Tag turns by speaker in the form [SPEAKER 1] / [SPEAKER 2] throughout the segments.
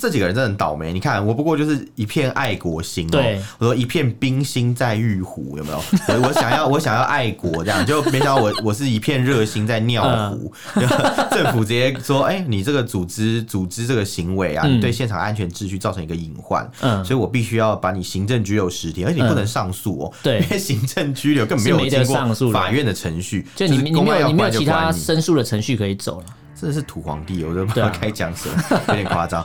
[SPEAKER 1] 这几个人真的很倒霉，你看我不过就是一片爱国心哦、
[SPEAKER 2] 对
[SPEAKER 1] 我说一片冰心在玉壶，有没 有？我我想要我想要爱国这样，就没想到我我是一片热心在尿壶，
[SPEAKER 2] 嗯
[SPEAKER 1] 就政府直接说，哎、你这个组织组织这个行为啊，
[SPEAKER 2] 嗯
[SPEAKER 1] 你对现场安全秩序造成一个隐患，
[SPEAKER 2] 嗯
[SPEAKER 1] 所以我必须要把你行政拘留十天，而且你不能上诉哦、
[SPEAKER 2] 对
[SPEAKER 1] 因为行政拘留根本没有
[SPEAKER 2] 是没得
[SPEAKER 1] 经
[SPEAKER 2] 上诉
[SPEAKER 1] 过
[SPEAKER 2] 的
[SPEAKER 1] 法院的程序，
[SPEAKER 2] 就你
[SPEAKER 1] 是
[SPEAKER 2] 你
[SPEAKER 1] 公
[SPEAKER 2] 没
[SPEAKER 1] 安
[SPEAKER 2] 有
[SPEAKER 1] 要
[SPEAKER 2] 你没有
[SPEAKER 1] 关就
[SPEAKER 2] 其他
[SPEAKER 1] 关你
[SPEAKER 2] 申诉的程序可以走了。
[SPEAKER 1] 真的是土皇帝，我都不知
[SPEAKER 2] 对
[SPEAKER 1] 道
[SPEAKER 2] 啊
[SPEAKER 1] 该讲什么，有点夸张。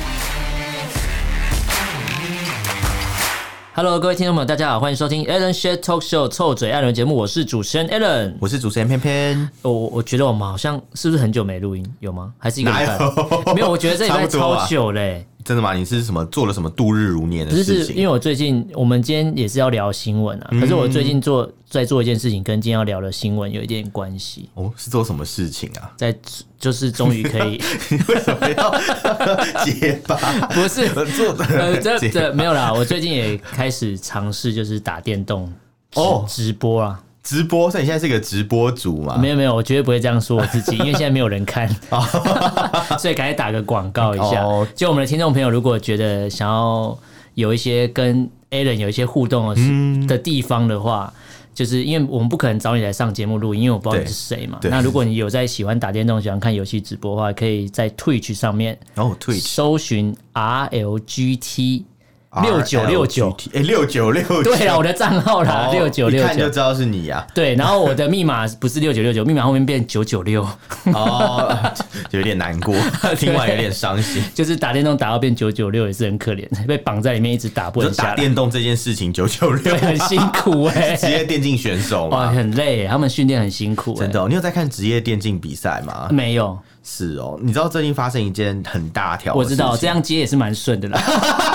[SPEAKER 2] Hello，各位听众朋友，大家好，欢迎收听 Alan s h a t Talk Show 臭嘴艾伦节目，我是主持人 Alan。哦
[SPEAKER 1] 我是主持人偏偏，
[SPEAKER 2] 我我我觉得我们好像是不是很久没录音？有吗？还是一个礼
[SPEAKER 1] 哪
[SPEAKER 2] 拜？
[SPEAKER 1] 有？
[SPEAKER 2] 没有，我觉得这礼拜
[SPEAKER 1] 差不多
[SPEAKER 2] 超
[SPEAKER 1] 啊
[SPEAKER 2] 久嘞、
[SPEAKER 1] 真的吗？你是什么做了什么度日如年的
[SPEAKER 2] 不是，
[SPEAKER 1] 事
[SPEAKER 2] 是因
[SPEAKER 1] 情？嗯
[SPEAKER 2] 为我最近，我们今天也是要聊新闻啊。可是我最近做在做一件事情，跟今天要聊的新闻有一点关系，
[SPEAKER 1] 哦，是做什么事情啊？
[SPEAKER 2] 在就是终于可以，
[SPEAKER 1] 你为什么要结巴？
[SPEAKER 2] 不是，
[SPEAKER 1] 做
[SPEAKER 2] 呃，这
[SPEAKER 1] 结
[SPEAKER 2] 这没有啦。我最近也开始尝试就是打电动
[SPEAKER 1] 哦
[SPEAKER 2] 哦，直播啊。
[SPEAKER 1] 直播，所以你现在是个直播主嘛？
[SPEAKER 2] 没有没有，我绝对不会这样说我自己，因为现在没有人看， 所以赶紧打个广告一下
[SPEAKER 1] 哦。
[SPEAKER 2] 就我们的听众朋友，如果觉得想要有一些跟 Alan 有一些互动的事、
[SPEAKER 1] 嗯
[SPEAKER 2] 的地方的话。就是因为我们不可能找你来上节目录音，因为我不知道你是谁嘛。
[SPEAKER 1] 对对
[SPEAKER 2] 那如果你有在喜欢打电动、喜欢看游戏直播的话，可以在 Twitch 上面
[SPEAKER 1] 然后 Twitch
[SPEAKER 2] 搜寻 RLGT 六九六九，
[SPEAKER 1] RLGT 哎，六九六九，
[SPEAKER 2] 对了，啊我的账号啦，
[SPEAKER 1] 哦
[SPEAKER 2] 六九
[SPEAKER 1] 一
[SPEAKER 2] 六
[SPEAKER 1] 看就
[SPEAKER 2] 九。
[SPEAKER 1] 知道是你啊 呀。
[SPEAKER 2] 对，然后我的密码不是六九六九，密码后面变九九六。
[SPEAKER 1] 哦， 有点难过，听完有点伤心。
[SPEAKER 2] 就是打电动打到变九九六也是很可怜，被绑在里面一直打不
[SPEAKER 1] 就
[SPEAKER 2] 能
[SPEAKER 1] 打
[SPEAKER 2] 下来，
[SPEAKER 1] 电动这件事情，九九六
[SPEAKER 2] 对，很辛苦 哎、
[SPEAKER 1] 职业电竞选手
[SPEAKER 2] 哇，
[SPEAKER 1] 嘛，
[SPEAKER 2] 很累欸，他们训练很辛苦、欸，
[SPEAKER 1] 真的哦。你有在看职业电竞比赛吗？
[SPEAKER 2] 没有，
[SPEAKER 1] 是哦，你知道最近发生一件很大条的
[SPEAKER 2] 我知道
[SPEAKER 1] 事
[SPEAKER 2] 这
[SPEAKER 1] 情，
[SPEAKER 2] 样接也是蛮顺的啦，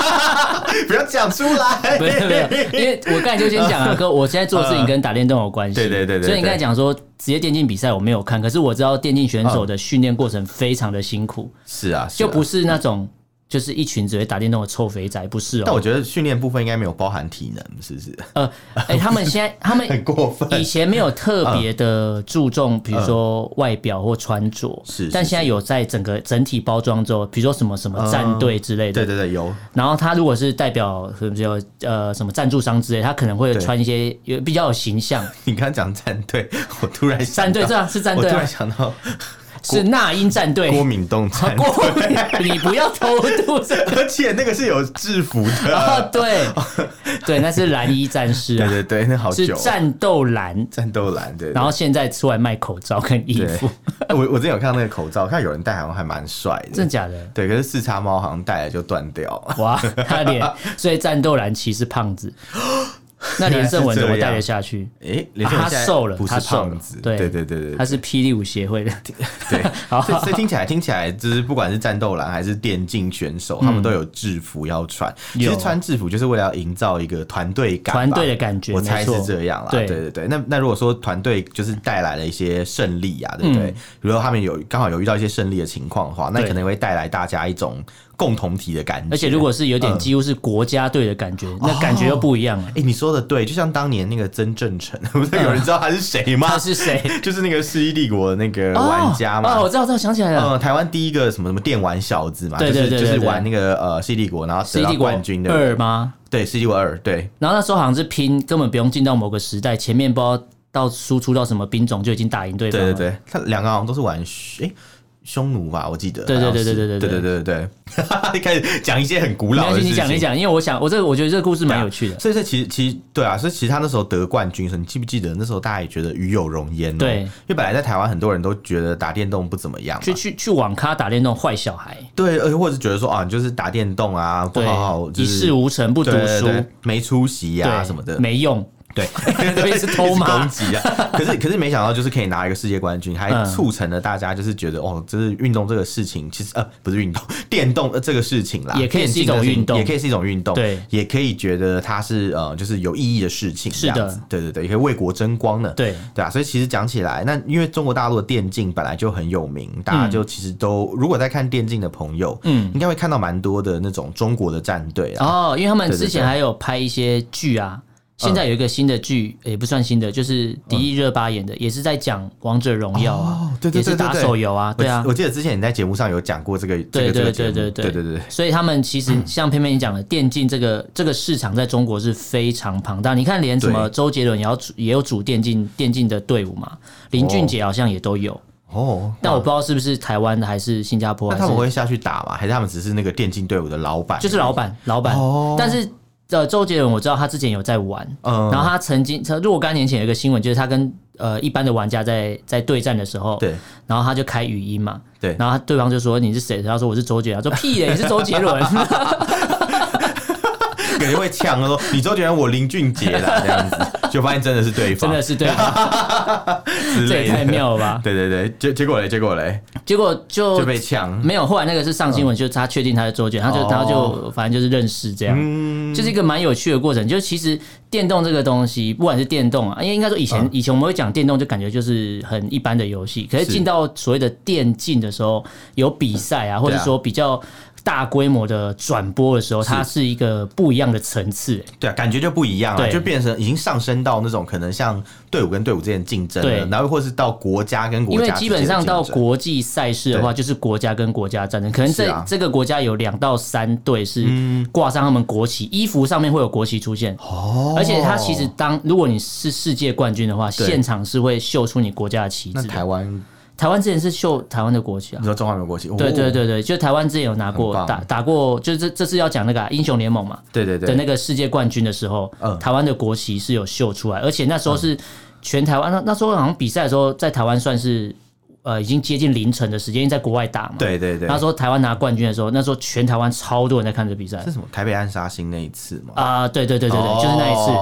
[SPEAKER 1] 不要讲出来。
[SPEAKER 2] 不是 没有，因为我刚才就先讲了， 哥，我现在做的事情跟打电动有关系，
[SPEAKER 1] 对对对对对
[SPEAKER 2] 所以你刚才讲说职业电竞比赛我没有看，可是我知道电竞选手的训练过程非常的辛苦，
[SPEAKER 1] 是啊，是啊
[SPEAKER 2] 就不。是那种就是一群只会打电动的臭肥宅，不是
[SPEAKER 1] 但我
[SPEAKER 2] 哦，
[SPEAKER 1] 觉得训练部分应该没有包含体能，是不是？
[SPEAKER 2] 呃，哎，他们现在他们
[SPEAKER 1] 很过分。
[SPEAKER 2] 以前没有特别的注重，比如说外表或穿着，
[SPEAKER 1] 嗯是是
[SPEAKER 2] 但现在有在整个整体包装之后，比如说什么什么战队之类的，
[SPEAKER 1] 对对对，有
[SPEAKER 2] 然后他如果是代表什么有呃什么赞助商之类，他可能会
[SPEAKER 1] 对
[SPEAKER 2] 穿一些有比较有形象，
[SPEAKER 1] 你刚刚讲战队，我突然想
[SPEAKER 2] 战队
[SPEAKER 1] 到
[SPEAKER 2] 这样是战
[SPEAKER 1] 我
[SPEAKER 2] 队、
[SPEAKER 1] 突然
[SPEAKER 2] 啊，
[SPEAKER 1] 想到
[SPEAKER 2] 是那英战队。
[SPEAKER 1] 郭敏东战队，
[SPEAKER 2] 郭敏， 你不要偷渡 这个。
[SPEAKER 1] 而且那个是有制服
[SPEAKER 2] 啊
[SPEAKER 1] 的。
[SPEAKER 2] 对对，那是蓝衣战士
[SPEAKER 1] 对
[SPEAKER 2] 啊，
[SPEAKER 1] 对 对，那好
[SPEAKER 2] 是
[SPEAKER 1] 久哦
[SPEAKER 2] 战斗蓝，
[SPEAKER 1] 战斗蓝，对。对
[SPEAKER 2] 然后现在出来卖口罩跟衣
[SPEAKER 1] 对
[SPEAKER 2] 服，，
[SPEAKER 1] 我我之前有看到那个口罩，看有人戴好像还蛮帅
[SPEAKER 2] 真
[SPEAKER 1] 的
[SPEAKER 2] 的。假啊的？
[SPEAKER 1] 对，可是四叉猫好像戴了就断掉。
[SPEAKER 2] 哇，他脸，所以战斗蓝旗是胖子，那连胜文怎么带得下去？
[SPEAKER 1] 诶，
[SPEAKER 2] 啊
[SPEAKER 1] 林正
[SPEAKER 2] 他
[SPEAKER 1] 英现在
[SPEAKER 2] 瘦了，
[SPEAKER 1] 不
[SPEAKER 2] 他
[SPEAKER 1] 是
[SPEAKER 2] 瘦了
[SPEAKER 1] 胖子。，
[SPEAKER 2] 对
[SPEAKER 1] 对对对对
[SPEAKER 2] 他是霹雳舞协会的，
[SPEAKER 1] 对，
[SPEAKER 2] 好
[SPEAKER 1] 所以所以听起来听起来就是不管是战斗蓝还是电竞选手，他们都有制服要穿。其
[SPEAKER 2] 嗯有
[SPEAKER 1] 实穿制服就是为了要营造一个团队感吧，
[SPEAKER 2] 团队的感觉
[SPEAKER 1] 我猜
[SPEAKER 2] 没
[SPEAKER 1] 是
[SPEAKER 2] 错
[SPEAKER 1] 这样啦。
[SPEAKER 2] 对
[SPEAKER 1] 对对对，那那如果说团队就是带来了一些胜利
[SPEAKER 2] 嗯
[SPEAKER 1] 啊，对不对？比如说他们有刚好有遇到一些胜利的情况的话，那
[SPEAKER 2] 对
[SPEAKER 1] 可能会带来大家一种共同体的感觉。
[SPEAKER 2] 而且如果是有
[SPEAKER 1] 嗯
[SPEAKER 2] 点几乎是国家队的感觉，那感觉又不一样了。
[SPEAKER 1] 哎、你说的对，就像当年那个曾正成， 不是有人知道他是谁吗？
[SPEAKER 2] 他是谁？
[SPEAKER 1] 就是那个《世纪帝国》的那个哦玩家嘛。
[SPEAKER 2] 哦，哦我知道，我知道，想起来了，
[SPEAKER 1] 呃，台湾第一个什么什么电玩小子嘛，
[SPEAKER 2] 对对对
[SPEAKER 1] 就是
[SPEAKER 2] 对
[SPEAKER 1] 就
[SPEAKER 2] 对
[SPEAKER 1] 是玩那个呃《世纪帝国》，然后
[SPEAKER 2] 《
[SPEAKER 1] 得
[SPEAKER 2] C
[SPEAKER 1] 到
[SPEAKER 2] 帝国
[SPEAKER 1] 冠军的，
[SPEAKER 2] 二》吗？
[SPEAKER 1] 对《世纪帝国二》，对
[SPEAKER 2] 然后那时候好像是拼，根本不用进到某个时代，前面不知道到输出到什么兵种就已经打赢对
[SPEAKER 1] 对
[SPEAKER 2] 方了。
[SPEAKER 1] 对对，他两个好像都是玩匈诶匈奴吧，我记得，
[SPEAKER 2] 对对对对对
[SPEAKER 1] 对对对对对对，一 开始讲一些很古
[SPEAKER 2] 没
[SPEAKER 1] 老
[SPEAKER 2] 关
[SPEAKER 1] 的
[SPEAKER 2] 系，
[SPEAKER 1] 事情，啊
[SPEAKER 2] 你讲你讲，因为我想，我这个我觉得这个故事蛮有趣的。
[SPEAKER 1] 所以这其实其实对啊，所以其实他那时候得冠军的时候，你记不记得那时候大家也觉得与有荣焉、哦？
[SPEAKER 2] 对
[SPEAKER 1] 因为本来在台湾很多人都觉得打电动不怎么样
[SPEAKER 2] 去
[SPEAKER 1] 嘛，
[SPEAKER 2] 去去网咖打电动坏小孩，
[SPEAKER 1] 对，而且或者是觉得说啊，你就是打电动啊，不
[SPEAKER 2] 对
[SPEAKER 1] 好好，就
[SPEAKER 2] 一
[SPEAKER 1] 是
[SPEAKER 2] 事无成，不
[SPEAKER 1] 不
[SPEAKER 2] 读书，
[SPEAKER 1] 没出息呀、啊
[SPEAKER 2] 对
[SPEAKER 1] 什么的，
[SPEAKER 2] 没用。
[SPEAKER 1] 对，
[SPEAKER 2] 这边是偷
[SPEAKER 1] 一直
[SPEAKER 2] 骂
[SPEAKER 1] 攻击 啊！可是可是没想到，就是可以拿一个世界冠军，还
[SPEAKER 2] 嗯
[SPEAKER 1] 促成了大家就是觉得哦，就是运动这个事情，其实呃不是运动， 电动呃这个事情啦，
[SPEAKER 2] 也可以
[SPEAKER 1] 电竞
[SPEAKER 2] 是一种
[SPEAKER 1] 这个事情
[SPEAKER 2] 运动
[SPEAKER 1] 也可以是一种运动，
[SPEAKER 2] 对
[SPEAKER 1] 也可以觉得它是呃就是有意义的事情，
[SPEAKER 2] 是的
[SPEAKER 1] 这样子，对对对，也可以为国争光呢，
[SPEAKER 2] 对
[SPEAKER 1] 对啊，所以其实讲起来，那因为中国大陆的电竞本来就很有名，大家就其实都如果在看电竞的朋友，
[SPEAKER 2] 嗯
[SPEAKER 1] 嗯，应该会看到蛮多的那种中国的战队啊，
[SPEAKER 2] 哦，因为他们
[SPEAKER 1] 对对
[SPEAKER 2] 之前
[SPEAKER 1] 对
[SPEAKER 2] 还有拍一些剧啊，现在有一个新的剧，
[SPEAKER 1] 嗯
[SPEAKER 2] 也不算新的，就是迪丽热巴演的，也是在讲王者荣耀啊
[SPEAKER 1] 哦，对对
[SPEAKER 2] 也是
[SPEAKER 1] 对对
[SPEAKER 2] 打
[SPEAKER 1] 对
[SPEAKER 2] 手游啊，
[SPEAKER 1] 我
[SPEAKER 2] 对啊
[SPEAKER 1] 我，记得之前你在节目上有讲过这个，这
[SPEAKER 2] 对
[SPEAKER 1] 个这
[SPEAKER 2] 对
[SPEAKER 1] 个节
[SPEAKER 2] 对
[SPEAKER 1] 目
[SPEAKER 2] 对
[SPEAKER 1] 对对对。
[SPEAKER 2] 所以他们其实 像偏偏你讲的，电竞这个这个市场在中国是非常庞大。你看，连什么
[SPEAKER 1] 对
[SPEAKER 2] 周杰伦也要组也有组电竞电竞的队伍嘛，林俊杰好像也都有，
[SPEAKER 1] 哦，
[SPEAKER 2] 但我不知道是不是台湾的还是新加坡，
[SPEAKER 1] 那
[SPEAKER 2] 还
[SPEAKER 1] 他
[SPEAKER 2] 是
[SPEAKER 1] 们会下去打吗？还是他们只是那个电竞队伍的老板？
[SPEAKER 2] 就是老板老板
[SPEAKER 1] 哦。
[SPEAKER 2] 但是呃，周杰伦我知道他之前有在玩，
[SPEAKER 1] 嗯，
[SPEAKER 2] 然后他曾经，他若干年前有一个新闻，就是他跟呃一般的玩家在在对战的时候，
[SPEAKER 1] 对
[SPEAKER 2] 然后他就开语音嘛，
[SPEAKER 1] 对
[SPEAKER 2] 然后他对方就说你是谁？他说我是周杰伦，他 说屁嘞，你是周杰伦，
[SPEAKER 1] 感觉会呛说：“ 你周杰伦，我林俊杰啦， 这样子，就发现真的是对
[SPEAKER 2] 真
[SPEAKER 1] 方
[SPEAKER 2] 的是对吧，
[SPEAKER 1] 之
[SPEAKER 2] 这
[SPEAKER 1] 类
[SPEAKER 2] 也
[SPEAKER 1] 的。”
[SPEAKER 2] 太妙了哦 吧？
[SPEAKER 1] 对对对，结结果嘞，结果嘞
[SPEAKER 2] 结果就
[SPEAKER 1] 就被呛。
[SPEAKER 2] 没有，后来那个是上新闻，就是他确定他是周杰伦，他就
[SPEAKER 1] 哦
[SPEAKER 2] 他就反正就是认识这样。
[SPEAKER 1] 嗯，
[SPEAKER 2] 就是一个蛮有趣的过程，就是其实电动这个东西，不管是电动啊，因为应该说以
[SPEAKER 1] 嗯
[SPEAKER 2] 前、以前我们会讲电动，就感觉就是很一般的游戏，可是
[SPEAKER 1] 是
[SPEAKER 2] 进到所谓的电竞的时候，有比赛啊，或者
[SPEAKER 1] 对啊
[SPEAKER 2] 说比较大规模的转播的时候，它是一个不一样的层次、欸
[SPEAKER 1] 对啊，感觉就不一样了，
[SPEAKER 2] 对
[SPEAKER 1] 就变成已经上升到那种可能像队伍跟队伍之间的竞争
[SPEAKER 2] 对
[SPEAKER 1] 了，然后或是到国家跟国
[SPEAKER 2] 因
[SPEAKER 1] 家之
[SPEAKER 2] 为
[SPEAKER 1] 间的
[SPEAKER 2] 基本上到
[SPEAKER 1] 竞争
[SPEAKER 2] 国际赛事的话，就是国家跟国家战争，可能这、
[SPEAKER 1] 是啊嗯
[SPEAKER 2] 这个国家有两到三队是挂上他们国旗，衣服上面会有国旗出现，
[SPEAKER 1] 哦，
[SPEAKER 2] 而且它其实当如果你是世界冠军的话，
[SPEAKER 1] 对
[SPEAKER 2] 现场是会秀出你国家的旗
[SPEAKER 1] 哦那
[SPEAKER 2] 帜的。
[SPEAKER 1] 台湾，
[SPEAKER 2] 台湾之前是秀台湾的国旗啊
[SPEAKER 1] 你。说中华民国旗，
[SPEAKER 2] 对
[SPEAKER 1] 哦
[SPEAKER 2] 对对对，就台湾之前有拿过
[SPEAKER 1] 很棒
[SPEAKER 2] 打打过，就是这这次要讲那个、啊、英雄联盟嘛
[SPEAKER 1] 对对
[SPEAKER 2] 的
[SPEAKER 1] 对，
[SPEAKER 2] 那个世界冠军的时候，
[SPEAKER 1] 嗯
[SPEAKER 2] 台湾的国旗是有秀出来，而且那时候是全台湾，那那时候好像比赛的时候在台湾算是呃已经接近凌晨的时间，因为在国外打嘛。。
[SPEAKER 1] 对对对，
[SPEAKER 2] 那时候台湾拿冠军的时候，那时候全台湾超多人在看这比赛
[SPEAKER 1] 是什么台北暗杀星那一次吗？哦
[SPEAKER 2] 啊、对对对对对，就是那一次。
[SPEAKER 1] 次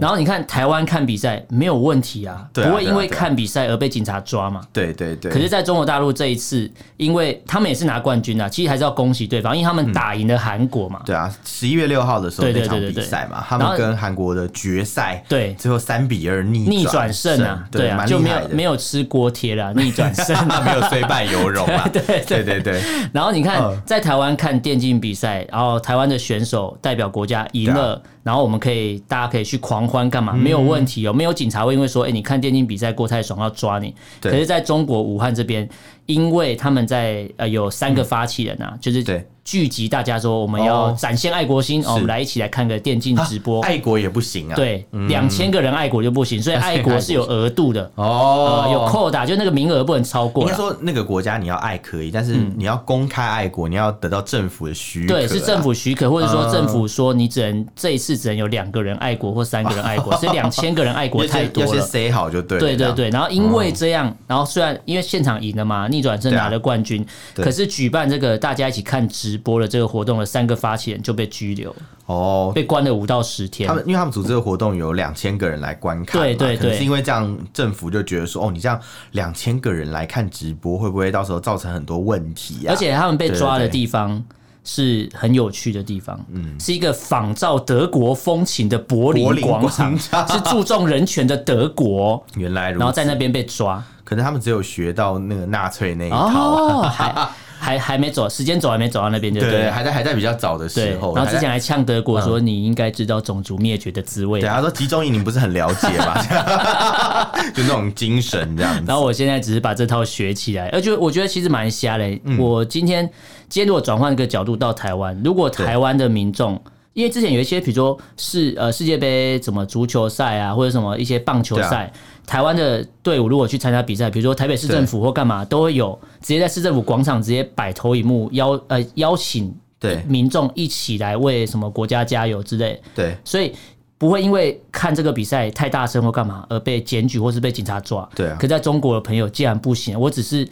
[SPEAKER 2] 然后你看台湾看比赛没有问题啊，
[SPEAKER 1] 哦对啊
[SPEAKER 2] 不会因
[SPEAKER 1] 对
[SPEAKER 2] 为
[SPEAKER 1] 啊对啊
[SPEAKER 2] 看比赛而被警察抓嘛。
[SPEAKER 1] 对对对，
[SPEAKER 2] 可是，在中国大陆这一次，因为他们也是拿冠军啊，其实还是要恭喜对方，因为他们打赢了韩国嘛。
[SPEAKER 1] 对啊，十一月六号的时候
[SPEAKER 2] 对对
[SPEAKER 1] 那场
[SPEAKER 2] 对对
[SPEAKER 1] 比
[SPEAKER 2] 对
[SPEAKER 1] 赛嘛，他
[SPEAKER 2] 然后
[SPEAKER 1] 们跟韩国的决赛，
[SPEAKER 2] 对
[SPEAKER 1] 最后三比二逆
[SPEAKER 2] 逆转
[SPEAKER 1] 转
[SPEAKER 2] 胜啊，
[SPEAKER 1] 嗯
[SPEAKER 2] 对
[SPEAKER 1] 对
[SPEAKER 2] 啊，
[SPEAKER 1] 蛮
[SPEAKER 2] 就
[SPEAKER 1] 厉
[SPEAKER 2] 没
[SPEAKER 1] 害
[SPEAKER 2] 有
[SPEAKER 1] 的
[SPEAKER 2] 没有吃锅贴啦，逆转胜。啊
[SPEAKER 1] 他没有虽败犹荣 啊，对对对对，
[SPEAKER 2] 然后你看
[SPEAKER 1] 嗯，
[SPEAKER 2] 在台湾看电竞比赛，然后台湾的选手代表国家赢
[SPEAKER 1] 啊
[SPEAKER 2] 了，然后我们可以大家可以去狂欢干
[SPEAKER 1] 嗯
[SPEAKER 2] 嘛？没有问题哦，没有警察会因为说，哎，你看电竞比赛过太爽要抓你。可
[SPEAKER 1] 对
[SPEAKER 2] 是在中国武汉这边，因为他们在呃有三个发起人啊，就是
[SPEAKER 1] 嗯对
[SPEAKER 2] 聚集大家说我们要
[SPEAKER 1] 哦
[SPEAKER 2] 展现爱国心，哦，我们来一起来看个电竞直播。
[SPEAKER 1] 爱国也不行啊，，
[SPEAKER 2] 对，两千个人爱国就不行，所以爱国是有额度的，
[SPEAKER 1] 哦
[SPEAKER 2] 呃，，有扣打，就那个名额不能超过
[SPEAKER 1] 应
[SPEAKER 2] 啦。
[SPEAKER 1] 该说那个国家你要爱可以，但是你要公开爱国，你要得到政府的许可啊，
[SPEAKER 2] 嗯
[SPEAKER 1] 嗯
[SPEAKER 2] 对，是政府许可，或者说政府说你只能、这一次只能有两个人爱国或三个人爱 国，所以两千个人爱国
[SPEAKER 1] 要
[SPEAKER 2] 太
[SPEAKER 1] 先
[SPEAKER 2] 多
[SPEAKER 1] 要先
[SPEAKER 2] 了。
[SPEAKER 1] say 好就对了，
[SPEAKER 2] 对
[SPEAKER 1] 这
[SPEAKER 2] 对
[SPEAKER 1] 样，
[SPEAKER 2] 对，然后因为这样，然后虽然因为现场赢了嘛，逆转胜
[SPEAKER 1] 对啊
[SPEAKER 2] 拿了冠军，
[SPEAKER 1] 对
[SPEAKER 2] 可是举办这个大家一起看直播的这个活动的三个发起人就被拘留，
[SPEAKER 1] 哦。
[SPEAKER 2] 被关了五到十天
[SPEAKER 1] 他。们因为他们组织的活动有两千个人来观看嘛，
[SPEAKER 2] 嗯对对
[SPEAKER 1] 可能
[SPEAKER 2] 对
[SPEAKER 1] 是因为这样政府就觉得说，哦，你这样两千个人来看直播，会不会到时候造成很多问题啊？
[SPEAKER 2] 而且他们被抓的
[SPEAKER 1] 对对对
[SPEAKER 2] 地方是很有趣的地方，
[SPEAKER 1] 嗯
[SPEAKER 2] 是一个仿照德国风情的柏
[SPEAKER 1] 柏
[SPEAKER 2] 林
[SPEAKER 1] 林
[SPEAKER 2] 广
[SPEAKER 1] 广
[SPEAKER 2] 场，是注重人权的德国，
[SPEAKER 1] 原 来如此，
[SPEAKER 2] 然后在那边被抓。
[SPEAKER 1] 可能他们只有学到那个纳粹那一套，
[SPEAKER 2] 哦，还还还没走，时间走还没走到那边，对不
[SPEAKER 1] 对，
[SPEAKER 2] 对？
[SPEAKER 1] 还在还在比较早的
[SPEAKER 2] 对
[SPEAKER 1] 时候，，
[SPEAKER 2] 然后之前
[SPEAKER 1] 还在。嗯
[SPEAKER 2] 还呛德国说你应该知道种族灭绝的滋味
[SPEAKER 1] 对，。啊他说集中营你不是很了解吧？ 就那种精神这样子
[SPEAKER 2] 然。后我现在只是把这套学起来，而且我觉得其实蛮瞎的。
[SPEAKER 1] 嗯
[SPEAKER 2] 我今天今天如果转换一个角度到台湾，如果台湾的民众。因为之前有一些，比如说世呃世界杯什么足球赛啊，或者什么一些棒球赛，
[SPEAKER 1] 啊
[SPEAKER 2] 台湾的队伍如果去参加比赛，比如说台北市政府或干嘛，都会有直接在市政府广场直接摆投影幕邀呃邀请
[SPEAKER 1] 对
[SPEAKER 2] 民众一起来为什么国家加油之类，
[SPEAKER 1] 对
[SPEAKER 2] 所以不会因为看这个比赛太大声或干嘛而被检举或是被警察抓。
[SPEAKER 1] 对啊
[SPEAKER 2] 可在中国的朋友既然不行，我只是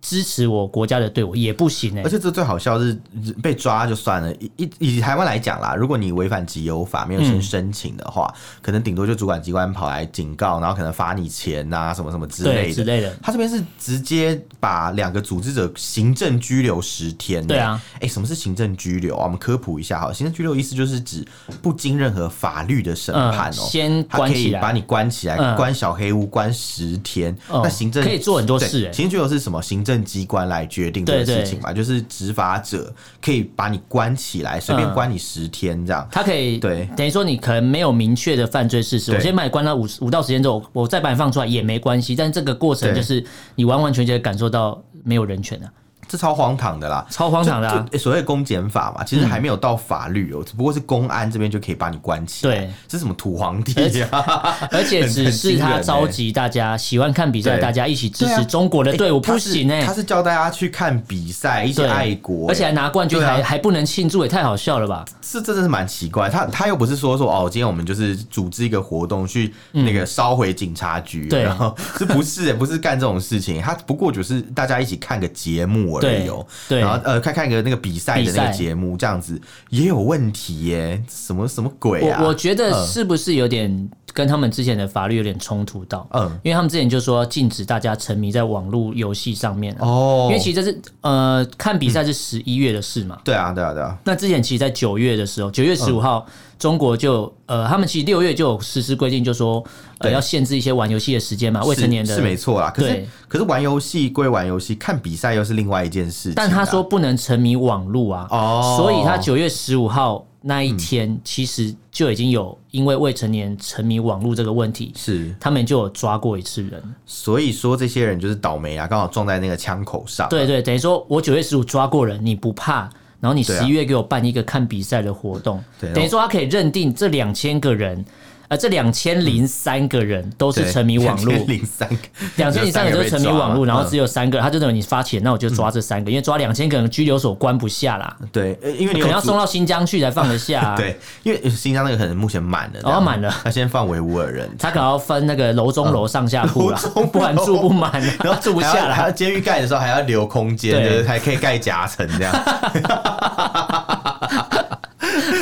[SPEAKER 2] 支持我国家的队伍也不行哎、
[SPEAKER 1] 而且这最好笑是被抓就算了，以以以台湾来讲啦，如果你违反集邮法没有先申请的话，可能顶多就主管机关跑来警告，然后可能罚你钱呐、什么什么之类
[SPEAKER 2] 对
[SPEAKER 1] 的。
[SPEAKER 2] 之类的。
[SPEAKER 1] 他这边是直接把两个组织者行政拘留十天。
[SPEAKER 2] 对啊，
[SPEAKER 1] 哎、什么是行政拘留啊？我们科普一下哈，行政拘留意思就是指不经任何法律的审
[SPEAKER 2] 嗯
[SPEAKER 1] 判哦、
[SPEAKER 2] 先
[SPEAKER 1] 他可
[SPEAKER 2] 关起
[SPEAKER 1] 以
[SPEAKER 2] 来
[SPEAKER 1] 把你关起来，
[SPEAKER 2] 嗯
[SPEAKER 1] 关小黑屋关十天。
[SPEAKER 2] 哦
[SPEAKER 1] 那行政
[SPEAKER 2] 可以做很多事
[SPEAKER 1] 对
[SPEAKER 2] 欸
[SPEAKER 1] 行政拘留是什么？行政机关来决定这个
[SPEAKER 2] 对对
[SPEAKER 1] 事情嘛，就是执法者可以把你关起来，随便
[SPEAKER 2] 嗯
[SPEAKER 1] 关你十天这样。
[SPEAKER 2] 他可以
[SPEAKER 1] 对
[SPEAKER 2] 等于说你可能没有明确的犯罪事实，
[SPEAKER 1] 对
[SPEAKER 2] 我先把你关到五五到十天之后，我再把你放出来也没关系。但这个过程就是你完完全全地感受到没有人权啊，
[SPEAKER 1] 这超荒唐的啦。
[SPEAKER 2] 超荒唐的、啊嗯
[SPEAKER 1] 就。就所谓公检法嘛，其实还没有到法律哦、只不过是公安这边就可以把你关起来。
[SPEAKER 2] 对，
[SPEAKER 1] 这是什么土皇帝啊？
[SPEAKER 2] 而且只是
[SPEAKER 1] 很很
[SPEAKER 2] 他
[SPEAKER 1] 惊人欸
[SPEAKER 2] 召集大家喜欢看比赛，
[SPEAKER 1] 对
[SPEAKER 2] 大家一起支
[SPEAKER 1] 对啊
[SPEAKER 2] 持中国的队伍，
[SPEAKER 1] 他
[SPEAKER 2] 不
[SPEAKER 1] 是
[SPEAKER 2] 行哎、
[SPEAKER 1] 他是教大家去看比赛，一起
[SPEAKER 2] 对，
[SPEAKER 1] 爱国、
[SPEAKER 2] 而且还拿冠军
[SPEAKER 1] 对啊
[SPEAKER 2] 还、还不能庆祝，也太好笑了吧？
[SPEAKER 1] 是这真是蛮奇怪，他他又不是说说哦，今天我们就是组织一个活动去那个烧毁警察局，
[SPEAKER 2] 嗯对
[SPEAKER 1] 然后这不是、不是干这种事情，他不过就是大家一起看个节目而已哦，
[SPEAKER 2] 对对
[SPEAKER 1] 然后呃看看个那个比赛的那个
[SPEAKER 2] 比赛
[SPEAKER 1] 节目这样子也有问题耶，什么什么鬼啊？
[SPEAKER 2] 我我觉得是不是有点跟他们之前的法律有点冲突到？
[SPEAKER 1] 嗯
[SPEAKER 2] 因为他们之前就说禁止大家沉迷在网络游戏上面、啊、
[SPEAKER 1] 哦，
[SPEAKER 2] 因为其实这是呃看比赛是十一月的事嘛。
[SPEAKER 1] 对啊对啊对啊，
[SPEAKER 2] 那之前其实，在九月的时候，
[SPEAKER 1] 嗯
[SPEAKER 2] 九月十五号，中国就呃，他们其实六月就有实施规定，就说呃
[SPEAKER 1] 对
[SPEAKER 2] 要限制一些玩游戏的时间啊嘛，未成年的
[SPEAKER 1] 是是没错啦，可是
[SPEAKER 2] 对
[SPEAKER 1] 可是玩游戏归玩游戏，看比赛又是另外一件事情啊、
[SPEAKER 2] 但他说不能沉迷网络啊，
[SPEAKER 1] 哦
[SPEAKER 2] 所以他九月十五号那一天，其实就已经有因为未成年沉迷网络这个问题，
[SPEAKER 1] 是，
[SPEAKER 2] 他们就有抓过一次人。
[SPEAKER 1] 所以说这些人就是倒霉啊，刚好撞在那个枪口上，
[SPEAKER 2] 对对，等于说我九月十五抓过人，你不怕？然后你
[SPEAKER 1] 对
[SPEAKER 2] 十
[SPEAKER 1] 啊
[SPEAKER 2] 一月给我办一个看比赛的活动，
[SPEAKER 1] 对
[SPEAKER 2] 等于说他可以认定这两千个人，呃，这两千零三个人都是沉迷网络，
[SPEAKER 1] 零三
[SPEAKER 2] 嗯两千零三个都是沉迷网络，然后只
[SPEAKER 1] 有
[SPEAKER 2] 有三个，他就等于你发起人，那我就抓这三个，因为抓两千个人拘留所关不下啦，
[SPEAKER 1] 嗯对，呃因为
[SPEAKER 2] 可
[SPEAKER 1] 你有
[SPEAKER 2] 能要
[SPEAKER 1] 组
[SPEAKER 2] 送到新疆去才放得下、啊。
[SPEAKER 1] 对，因为新疆那个可能目前满了，
[SPEAKER 2] 哦满了，
[SPEAKER 1] 他先放维吾尔人，
[SPEAKER 2] 他可能要分那个楼中楼上下铺啦，啊不然住不满， 然后住不下
[SPEAKER 1] 还要还
[SPEAKER 2] 啦。
[SPEAKER 1] 要监狱盖的时候还要留空间，
[SPEAKER 2] 对
[SPEAKER 1] 就是还可以盖夹层这样。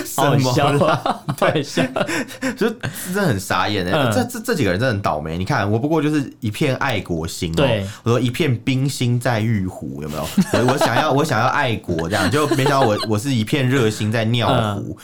[SPEAKER 1] 什
[SPEAKER 2] 好
[SPEAKER 1] 么
[SPEAKER 2] 笑
[SPEAKER 1] 啦？
[SPEAKER 2] 啊，对笑。
[SPEAKER 1] 就真的很傻眼哎、
[SPEAKER 2] 嗯
[SPEAKER 1] 这这这几个人真的很倒霉。你看，我不过就是一片爱国心、哦，
[SPEAKER 2] 对
[SPEAKER 1] 我说一片冰心在玉壶，有没有？我我想要我想要爱国这样，就没想到我我是一片热心在尿
[SPEAKER 2] 嗯
[SPEAKER 1] 壶。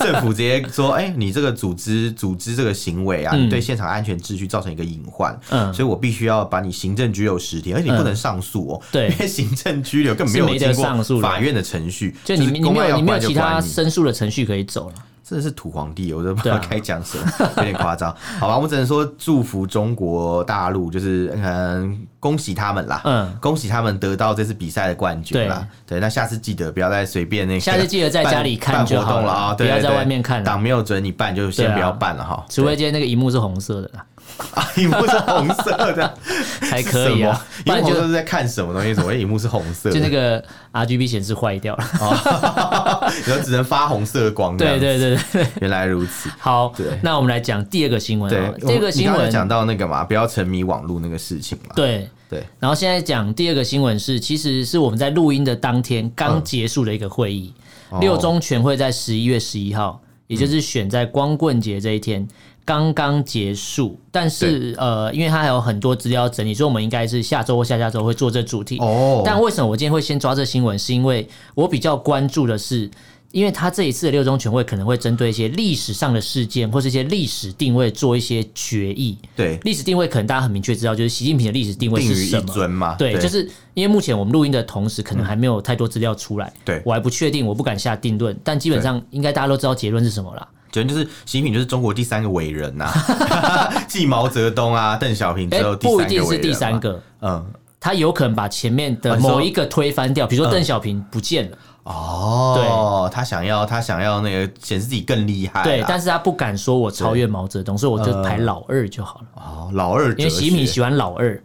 [SPEAKER 1] 政府直接说，哎、你这个组织组织这个行为啊，
[SPEAKER 2] 嗯
[SPEAKER 1] 你对现场安全秩序造成一个隐患，
[SPEAKER 2] 嗯
[SPEAKER 1] 所以我必须要把你行政拘留十天，而且你不能上诉哦、
[SPEAKER 2] 对
[SPEAKER 1] 因为行政拘留根本没有
[SPEAKER 2] 是没得
[SPEAKER 1] 经
[SPEAKER 2] 上诉
[SPEAKER 1] 过
[SPEAKER 2] 的
[SPEAKER 1] 法院的程序，
[SPEAKER 2] 就
[SPEAKER 1] 就
[SPEAKER 2] 你
[SPEAKER 1] 是
[SPEAKER 2] 你
[SPEAKER 1] 公
[SPEAKER 2] 没
[SPEAKER 1] 安
[SPEAKER 2] 有
[SPEAKER 1] 要
[SPEAKER 2] 你没有
[SPEAKER 1] 关就
[SPEAKER 2] 其他
[SPEAKER 1] 关你
[SPEAKER 2] 申诉的程序可以走了。
[SPEAKER 1] 真的是土皇帝，我都不知
[SPEAKER 2] 对
[SPEAKER 1] 道
[SPEAKER 2] 啊
[SPEAKER 1] 该讲什么， 有点夸张。好吧，我们只能说祝福中国大陆，就是嗯，恭喜他们啦，
[SPEAKER 2] 嗯
[SPEAKER 1] 恭喜他们得到这次比赛的冠军啦。对，那下次记得不要再随便那个办，
[SPEAKER 2] 下次记得在家里看
[SPEAKER 1] 办
[SPEAKER 2] 就
[SPEAKER 1] 活
[SPEAKER 2] 好
[SPEAKER 1] 动
[SPEAKER 2] 了
[SPEAKER 1] 了啊，对
[SPEAKER 2] 不要
[SPEAKER 1] 对
[SPEAKER 2] 在
[SPEAKER 1] 对
[SPEAKER 2] 外面看了
[SPEAKER 1] 党没有准你办，就先
[SPEAKER 2] 对啊
[SPEAKER 1] 不要办了哈。
[SPEAKER 2] 除非今天那个荧幕是红色的 啦，
[SPEAKER 1] 啊荧幕是红色 的，
[SPEAKER 2] 才可以啊
[SPEAKER 1] 是什么
[SPEAKER 2] 不
[SPEAKER 1] 荧
[SPEAKER 2] 然
[SPEAKER 1] 幕
[SPEAKER 2] 就
[SPEAKER 1] 红色是在看什么东西？怎么 会荧幕是红色的？
[SPEAKER 2] 就那个 RGB 显示坏掉了。
[SPEAKER 1] 哦， 然后只能发红色光。
[SPEAKER 2] 对，对对对，
[SPEAKER 1] 原来如此。
[SPEAKER 2] 好
[SPEAKER 1] 对，
[SPEAKER 2] 那我们来讲第二个新闻
[SPEAKER 1] 对
[SPEAKER 2] 啊。，第二
[SPEAKER 1] 我
[SPEAKER 2] 个
[SPEAKER 1] 你
[SPEAKER 2] 新
[SPEAKER 1] 刚刚有
[SPEAKER 2] 闻
[SPEAKER 1] 讲到那个嘛，不要沉迷网络那个事情嘛。
[SPEAKER 2] 对。
[SPEAKER 1] 对，
[SPEAKER 2] 然后现在讲第二个新闻是，其实是我们在录音的当天刚
[SPEAKER 1] 嗯
[SPEAKER 2] 结束的一个会议，
[SPEAKER 1] 哦
[SPEAKER 2] 六中全会在十一月十一号，也就是选在光棍节这一天刚刚结束。但是呃，因为它还有很多资料要整理，所以我们应该是下周或下下周会做这主题。
[SPEAKER 1] 哦，
[SPEAKER 2] 但为什么我今天会先抓这新闻？是因为我比较关注的是，因为他这一次的六中全会可能会针对一些历史上的事件或是一些历史定位做一些决议。
[SPEAKER 1] 对，
[SPEAKER 2] 历史定位可能大家很明确知道，就是习近平的历史定位
[SPEAKER 1] 定
[SPEAKER 2] 是
[SPEAKER 1] 于一
[SPEAKER 2] 什么。
[SPEAKER 1] 尊嘛，
[SPEAKER 2] 对，就是因为目前我们录音的同时，可能还没有太多资料出来，
[SPEAKER 1] 嗯对
[SPEAKER 2] 我还不确定，我不敢下定论，但基本上应该大家都知道结论是什么啦。
[SPEAKER 1] 觉得就是习近平就是中国第三个伟人 呐、 继毛泽东啊、邓小平之后第三个
[SPEAKER 2] 哎不
[SPEAKER 1] 伟
[SPEAKER 2] 一
[SPEAKER 1] 人、
[SPEAKER 2] 定是第三，个，
[SPEAKER 1] 嗯，
[SPEAKER 2] 他有可能把前面
[SPEAKER 1] 哦
[SPEAKER 2] 的
[SPEAKER 1] 你说嗯
[SPEAKER 2] 某一个推翻掉，比如说邓小平不见了，
[SPEAKER 1] 哦，他想要他想要那个显示自己更厉害啦，
[SPEAKER 2] 对，但是他不敢说我超越毛泽东，所以我就排老二就好了，
[SPEAKER 1] 嗯 哦，老二哲学，
[SPEAKER 2] 因为习近平喜欢老二，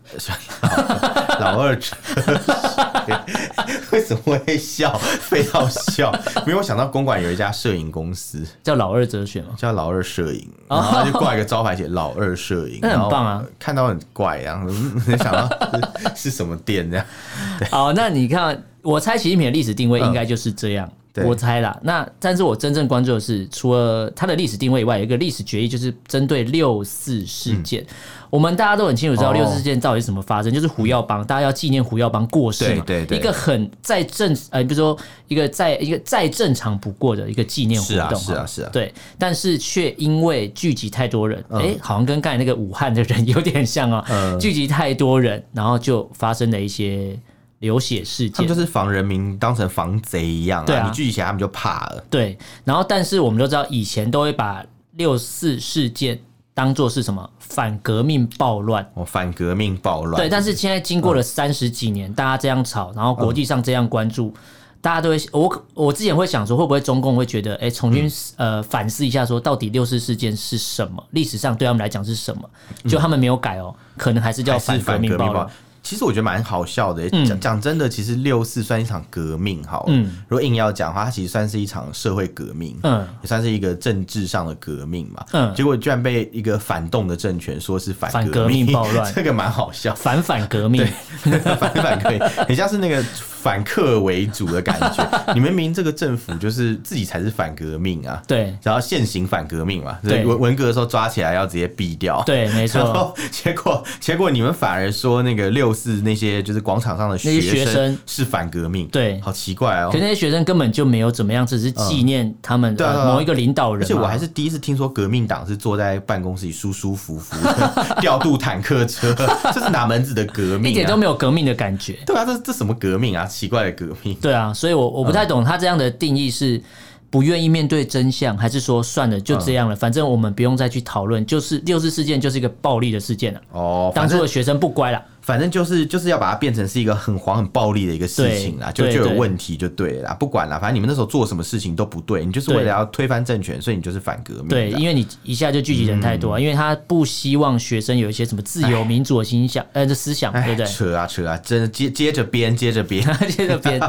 [SPEAKER 1] 老二哲学， 为什么会笑？非要笑？因为我想到公馆有一家摄影公司
[SPEAKER 2] 叫老二哲学嘛，
[SPEAKER 1] 叫老二摄影，然后就挂一个招牌写“老二摄影”，
[SPEAKER 2] 哦 那很棒啊，
[SPEAKER 1] 看到很怪，然后没想到 是是什么店这样。
[SPEAKER 2] 哦，那你看，我猜习近平的历史定位应该就是这样。
[SPEAKER 1] 对
[SPEAKER 2] 我猜啦，那但是我真正关注的是，除了它的历史定位以外，有一个历史决议，就是针对六四事件。我们大家都很清楚知道
[SPEAKER 1] 嗯哦
[SPEAKER 2] 六四事件到底是怎么发生，就是胡耀邦，大家要纪念胡耀邦过世嘛，
[SPEAKER 1] 对对对
[SPEAKER 2] 一个很再正呃，比如说一个再一个再正常不过的一个纪念活
[SPEAKER 1] 是啊
[SPEAKER 2] 动，
[SPEAKER 1] 是
[SPEAKER 2] 哈
[SPEAKER 1] 啊是啊
[SPEAKER 2] 对，但是却因为聚集太多人，哎、好像跟刚才那个武汉的人有点像啊、
[SPEAKER 1] 嗯
[SPEAKER 2] 聚集太多人，然后就发生了一些流血事
[SPEAKER 1] 他
[SPEAKER 2] 件
[SPEAKER 1] 们就。是防人民当成防贼一样、啊，
[SPEAKER 2] 对啊
[SPEAKER 1] 你聚集起来他们就怕了。
[SPEAKER 2] 对，然后但是我们都知道，以前都会把六四事件当做是什么反革命暴乱。
[SPEAKER 1] 我哦反革命暴乱，
[SPEAKER 2] 对，但是现在经过了
[SPEAKER 1] 嗯
[SPEAKER 2] 三十几年，大家这样吵，然后国际上这样关注，
[SPEAKER 1] 嗯
[SPEAKER 2] 大家都会我我之前会想说，会不会中共会觉得，哎，重新、
[SPEAKER 1] 嗯
[SPEAKER 2] 呃反思一下，说到底六四事件是什么，历史上对他们来讲是什么？就他们没有改哦，可能还是
[SPEAKER 1] 嗯
[SPEAKER 2] 叫
[SPEAKER 1] 还是
[SPEAKER 2] 反革
[SPEAKER 1] 反革
[SPEAKER 2] 命
[SPEAKER 1] 命
[SPEAKER 2] 暴
[SPEAKER 1] 暴
[SPEAKER 2] 乱
[SPEAKER 1] 乱。。其实我觉得蛮好笑的、
[SPEAKER 2] 嗯
[SPEAKER 1] 讲、讲真的，其实六四算一场革命好了。
[SPEAKER 2] 嗯
[SPEAKER 1] 如果硬要讲的话，它其实算是一场社会革命，
[SPEAKER 2] 嗯
[SPEAKER 1] 也算是一个政治上的革命嘛。
[SPEAKER 2] 嗯
[SPEAKER 1] 结果居然被一个反动的政权说是反
[SPEAKER 2] 反革
[SPEAKER 1] 革
[SPEAKER 2] 命暴乱
[SPEAKER 1] 这个蛮好笑。
[SPEAKER 2] 反反革命，
[SPEAKER 1] 反反革命，很像是那个反客为主的感觉。你们明明这个政府就是自己才是反革命啊，
[SPEAKER 2] 对
[SPEAKER 1] 然后现行反革命嘛，
[SPEAKER 2] 对
[SPEAKER 1] 对文文革的时候抓起来要直接毙掉。
[SPEAKER 2] 对，没
[SPEAKER 1] 然
[SPEAKER 2] 错，
[SPEAKER 1] 后结果，结果你们反而说那个六四那些就是广场上的
[SPEAKER 2] 那些学生
[SPEAKER 1] 生是反革命，
[SPEAKER 2] 对
[SPEAKER 1] 好奇怪哦
[SPEAKER 2] 可。那些学生根本就没有怎么样，只是纪念他们、
[SPEAKER 1] 对啊
[SPEAKER 2] 呃
[SPEAKER 1] 对啊
[SPEAKER 2] 某一个领导人嘛。
[SPEAKER 1] 而且我还是第一次听说革命党是坐在办公室里舒舒服服的 调度坦克车， 这是哪门子的革命、啊？
[SPEAKER 2] 一点都没有革命的感觉。
[SPEAKER 1] 对啊，这这什么革命啊？奇怪的革命。
[SPEAKER 2] 对啊，所以我我不太
[SPEAKER 1] 嗯
[SPEAKER 2] 懂他这样的定义是不愿意面对真相，还是说算了就这样了，
[SPEAKER 1] 嗯
[SPEAKER 2] 反正我们不用再去讨论。就是六四事件就是一个暴力的事件了、啊
[SPEAKER 1] 哦，
[SPEAKER 2] 当
[SPEAKER 1] 反
[SPEAKER 2] 初
[SPEAKER 1] 正
[SPEAKER 2] 的学生不乖了，
[SPEAKER 1] 反正就是就是要把它变成是一个很黄很暴力的一个事情啦，就
[SPEAKER 2] 对
[SPEAKER 1] 就有
[SPEAKER 2] 对
[SPEAKER 1] 问题就对了啦，不管啦，反正你们那时候做什么事情都不对，你就是
[SPEAKER 2] 对
[SPEAKER 1] 为了要推翻政权，所以你就是反革命。啊
[SPEAKER 2] 对，因为你一下就聚集人太多、
[SPEAKER 1] 嗯
[SPEAKER 2] 啊，因为他不希望学生有一些什么自由民主的 心想，呃，这思想，
[SPEAKER 1] 哎
[SPEAKER 2] 对不对？
[SPEAKER 1] 扯啊扯啊，真的接接着编接着编，
[SPEAKER 2] 接着编。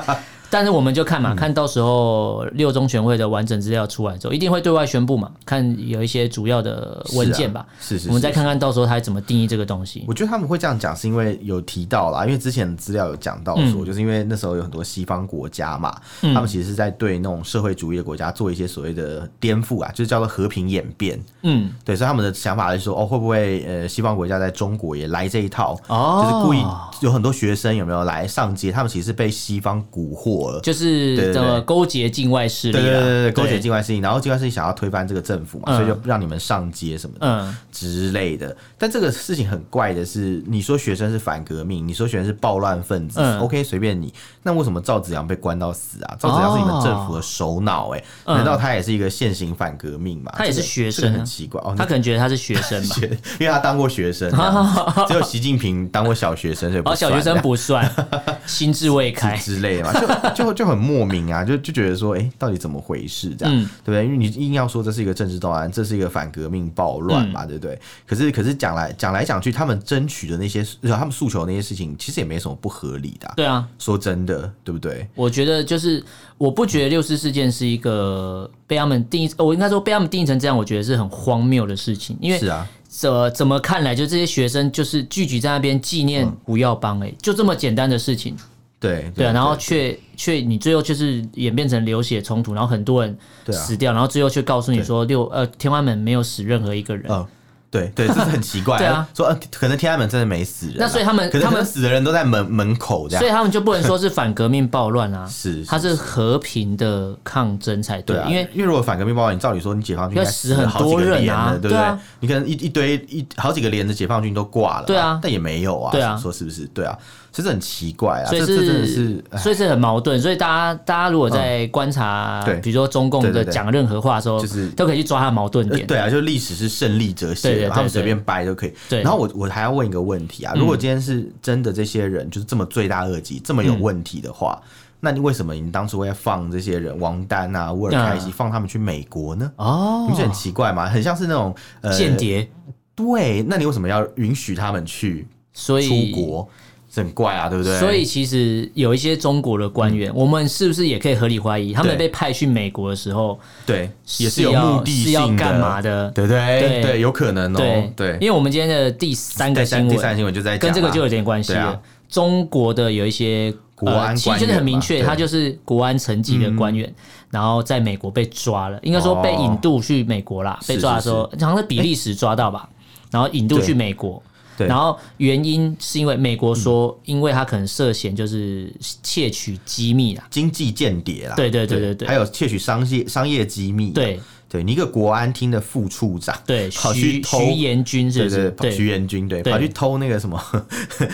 [SPEAKER 2] 但是我们就看嘛，看到时候六中全会的完整资料出来之后，一定会对外宣布嘛，看有一些主要的文件吧。
[SPEAKER 1] 是是是
[SPEAKER 2] 我们再看看到时候他怎么定义这个东西。
[SPEAKER 1] 我觉得他们会这样讲，是因为有提到啦，因为之前的资料有讲到
[SPEAKER 2] 嗯
[SPEAKER 1] 说，就是因为那时候有很多西方国家嘛，他们其实是在对那种社会主义的国家做一些所谓的颠覆啊，就是叫做和平演变。
[SPEAKER 2] 嗯，
[SPEAKER 1] 对，所以他们的想法是说，哦，会不会呃，西方国家在中国也来这一套？
[SPEAKER 2] 哦
[SPEAKER 1] 就是故意有很多学生有没有来上街？他们其实是被西方蛊惑了。
[SPEAKER 2] 就是
[SPEAKER 1] 对对
[SPEAKER 2] 怎么勾结境外势力
[SPEAKER 1] 对对
[SPEAKER 2] 啊？
[SPEAKER 1] 对对，对勾结
[SPEAKER 2] 对
[SPEAKER 1] 境外势力，然后境外势力想要推翻这个政府嘛，
[SPEAKER 2] 嗯
[SPEAKER 1] 所以就让你们上街什么的。
[SPEAKER 2] 嗯，
[SPEAKER 1] 之类的。但这个事情很怪的是，你说学生是反革命，你说学生是暴乱分子、
[SPEAKER 2] 嗯
[SPEAKER 1] o k 随便你。那为什么赵子阳被关到死啊？赵子阳是你们政府的首脑、欸，哎、
[SPEAKER 2] 哦嗯
[SPEAKER 1] 难道他也是一个现行反革命吗？
[SPEAKER 2] 他也是
[SPEAKER 1] 这个
[SPEAKER 2] 学生啊
[SPEAKER 1] 这个很奇怪哦。
[SPEAKER 2] 他
[SPEAKER 1] 他
[SPEAKER 2] 可能觉得他是学生 嘛，
[SPEAKER 1] 学，因为他当过学生，这 样只有习近平当过小学生，所以不
[SPEAKER 2] 哦，小
[SPEAKER 1] 算
[SPEAKER 2] 学生
[SPEAKER 1] 这样
[SPEAKER 2] 不算， 心智未开。
[SPEAKER 1] 之类的嘛，就 就就很莫名啊，就就觉得说，哎、到底怎么回事这样，
[SPEAKER 2] 嗯
[SPEAKER 1] 对不对？因为你硬要说这是一个政治斗争，这是一个反革命暴乱嘛，
[SPEAKER 2] 嗯
[SPEAKER 1] 对不对？可是可是讲来讲来讲去，他们争取的那些，呃他们诉求的那些事情，其实也没什么不合理的啊、
[SPEAKER 2] 对啊，
[SPEAKER 1] 说真的，对不对？
[SPEAKER 2] 我觉得就是我不觉得六四事件是一个被他们定义，呃我应该说被他们定义成这样，我觉得是很荒谬的事情，因为
[SPEAKER 1] 是啊，
[SPEAKER 2] 怎么怎么看来，就这些学生就是聚集在那边纪念胡耀邦、哎、就这么简单的事情，
[SPEAKER 1] 对
[SPEAKER 2] 对啊，然后却却你最后就是演变成流血冲突，然后很多人
[SPEAKER 1] 对啊
[SPEAKER 2] 死掉，然后最后却告诉你说六呃天安门没有死任何一个人，
[SPEAKER 1] 嗯。对对，这是很奇怪。
[SPEAKER 2] 对啊，
[SPEAKER 1] 说呃，可能天安门真的没死人啊、
[SPEAKER 2] 那所以他们
[SPEAKER 1] 可能
[SPEAKER 2] 他们
[SPEAKER 1] 可能死的人都在门门口这样
[SPEAKER 2] 所以。他们就不能说是反革命暴乱啊，
[SPEAKER 1] 是是
[SPEAKER 2] 它是和平的抗争才对，
[SPEAKER 1] 对啊，
[SPEAKER 2] 因为
[SPEAKER 1] 因为如果反革命暴乱，你照理说你解放军应该
[SPEAKER 2] 要死很
[SPEAKER 1] 了好几
[SPEAKER 2] 多
[SPEAKER 1] 个
[SPEAKER 2] 人
[SPEAKER 1] 连
[SPEAKER 2] 啊
[SPEAKER 1] 了对不
[SPEAKER 2] 对
[SPEAKER 1] 对？
[SPEAKER 2] 啊
[SPEAKER 1] 你可能一一堆一好几个连的解放军都挂了嘛，
[SPEAKER 2] 对啊
[SPEAKER 1] 但也没有啊，
[SPEAKER 2] 对啊
[SPEAKER 1] 说是不是？对啊，所以这很奇怪啊，
[SPEAKER 2] 所以
[SPEAKER 1] 这这真的是
[SPEAKER 2] 是，
[SPEAKER 1] 哎
[SPEAKER 2] 所以是很矛盾。所以大家，大家如果在观察，
[SPEAKER 1] 对
[SPEAKER 2] 比如说中共的
[SPEAKER 1] 对对对
[SPEAKER 2] 讲任何话的时候，
[SPEAKER 1] 就是
[SPEAKER 2] 都可以去抓他的矛盾
[SPEAKER 1] 呃
[SPEAKER 2] 点。
[SPEAKER 1] 对啊，就历史是胜利者写的
[SPEAKER 2] 对对对
[SPEAKER 1] 嘛，他们随便掰都可以。
[SPEAKER 2] 对嗯
[SPEAKER 1] 然后我我还要问一个问题啊，如果今天是真的这些人就是这么罪大恶极、这么有
[SPEAKER 2] 嗯
[SPEAKER 1] 问题的话，那你为什么你当初会放这些人王丹啊、乌尔开西放他们去美国呢？
[SPEAKER 2] 哦
[SPEAKER 1] 你不觉得很奇怪吗？很像是那种呃
[SPEAKER 2] 间谍，
[SPEAKER 1] 对，那你为什么要允许他们去？
[SPEAKER 2] 所以
[SPEAKER 1] 出国，这很怪啊，对不对？
[SPEAKER 2] 所以其实有一些中国的官员，我们是不是也可以合理怀疑，他们
[SPEAKER 1] 对
[SPEAKER 2] 被派去美国的时候
[SPEAKER 1] 对，也
[SPEAKER 2] 是
[SPEAKER 1] 有
[SPEAKER 2] 要
[SPEAKER 1] 目的
[SPEAKER 2] 是要
[SPEAKER 1] 性的，
[SPEAKER 2] 干嘛的？
[SPEAKER 1] 对不对？
[SPEAKER 2] 对
[SPEAKER 1] 对，有可能哦
[SPEAKER 2] 对，
[SPEAKER 1] 对
[SPEAKER 2] 因。为我们今天的第三个
[SPEAKER 1] 第
[SPEAKER 2] 新
[SPEAKER 1] 三第三个
[SPEAKER 2] 闻
[SPEAKER 1] 新闻就在讲
[SPEAKER 2] 跟这个
[SPEAKER 1] 啦
[SPEAKER 2] 就有点关系
[SPEAKER 1] 对啊
[SPEAKER 2] 了。中国的有一些
[SPEAKER 1] 国安
[SPEAKER 2] 呃其实就是
[SPEAKER 1] 官员
[SPEAKER 2] 很
[SPEAKER 1] 嘛
[SPEAKER 2] 明确，
[SPEAKER 1] 对嗯
[SPEAKER 2] 他就是国安层级的官员，然后在美国被抓了，应该说被
[SPEAKER 1] 哦
[SPEAKER 2] 引渡去美国啦。
[SPEAKER 1] 是
[SPEAKER 2] 被抓的时候，好像是比利时抓到吧，然后引渡
[SPEAKER 1] 对
[SPEAKER 2] 去美国。
[SPEAKER 1] 对嗯
[SPEAKER 2] 然后原因是因为美国说，因为他可能涉嫌就是窃取机密啦，
[SPEAKER 1] 经济间谍啦，
[SPEAKER 2] 对对对对对
[SPEAKER 1] 还有窃取商业商业机密，
[SPEAKER 2] 对
[SPEAKER 1] 对，你一个国安厅的副处长，
[SPEAKER 2] 对，
[SPEAKER 1] 跑去
[SPEAKER 2] 徐
[SPEAKER 1] 偷
[SPEAKER 2] 徐延军是
[SPEAKER 1] 对
[SPEAKER 2] 不是？
[SPEAKER 1] 对
[SPEAKER 2] 对
[SPEAKER 1] 对，徐元军对，
[SPEAKER 2] 对
[SPEAKER 1] 跑去偷那个什么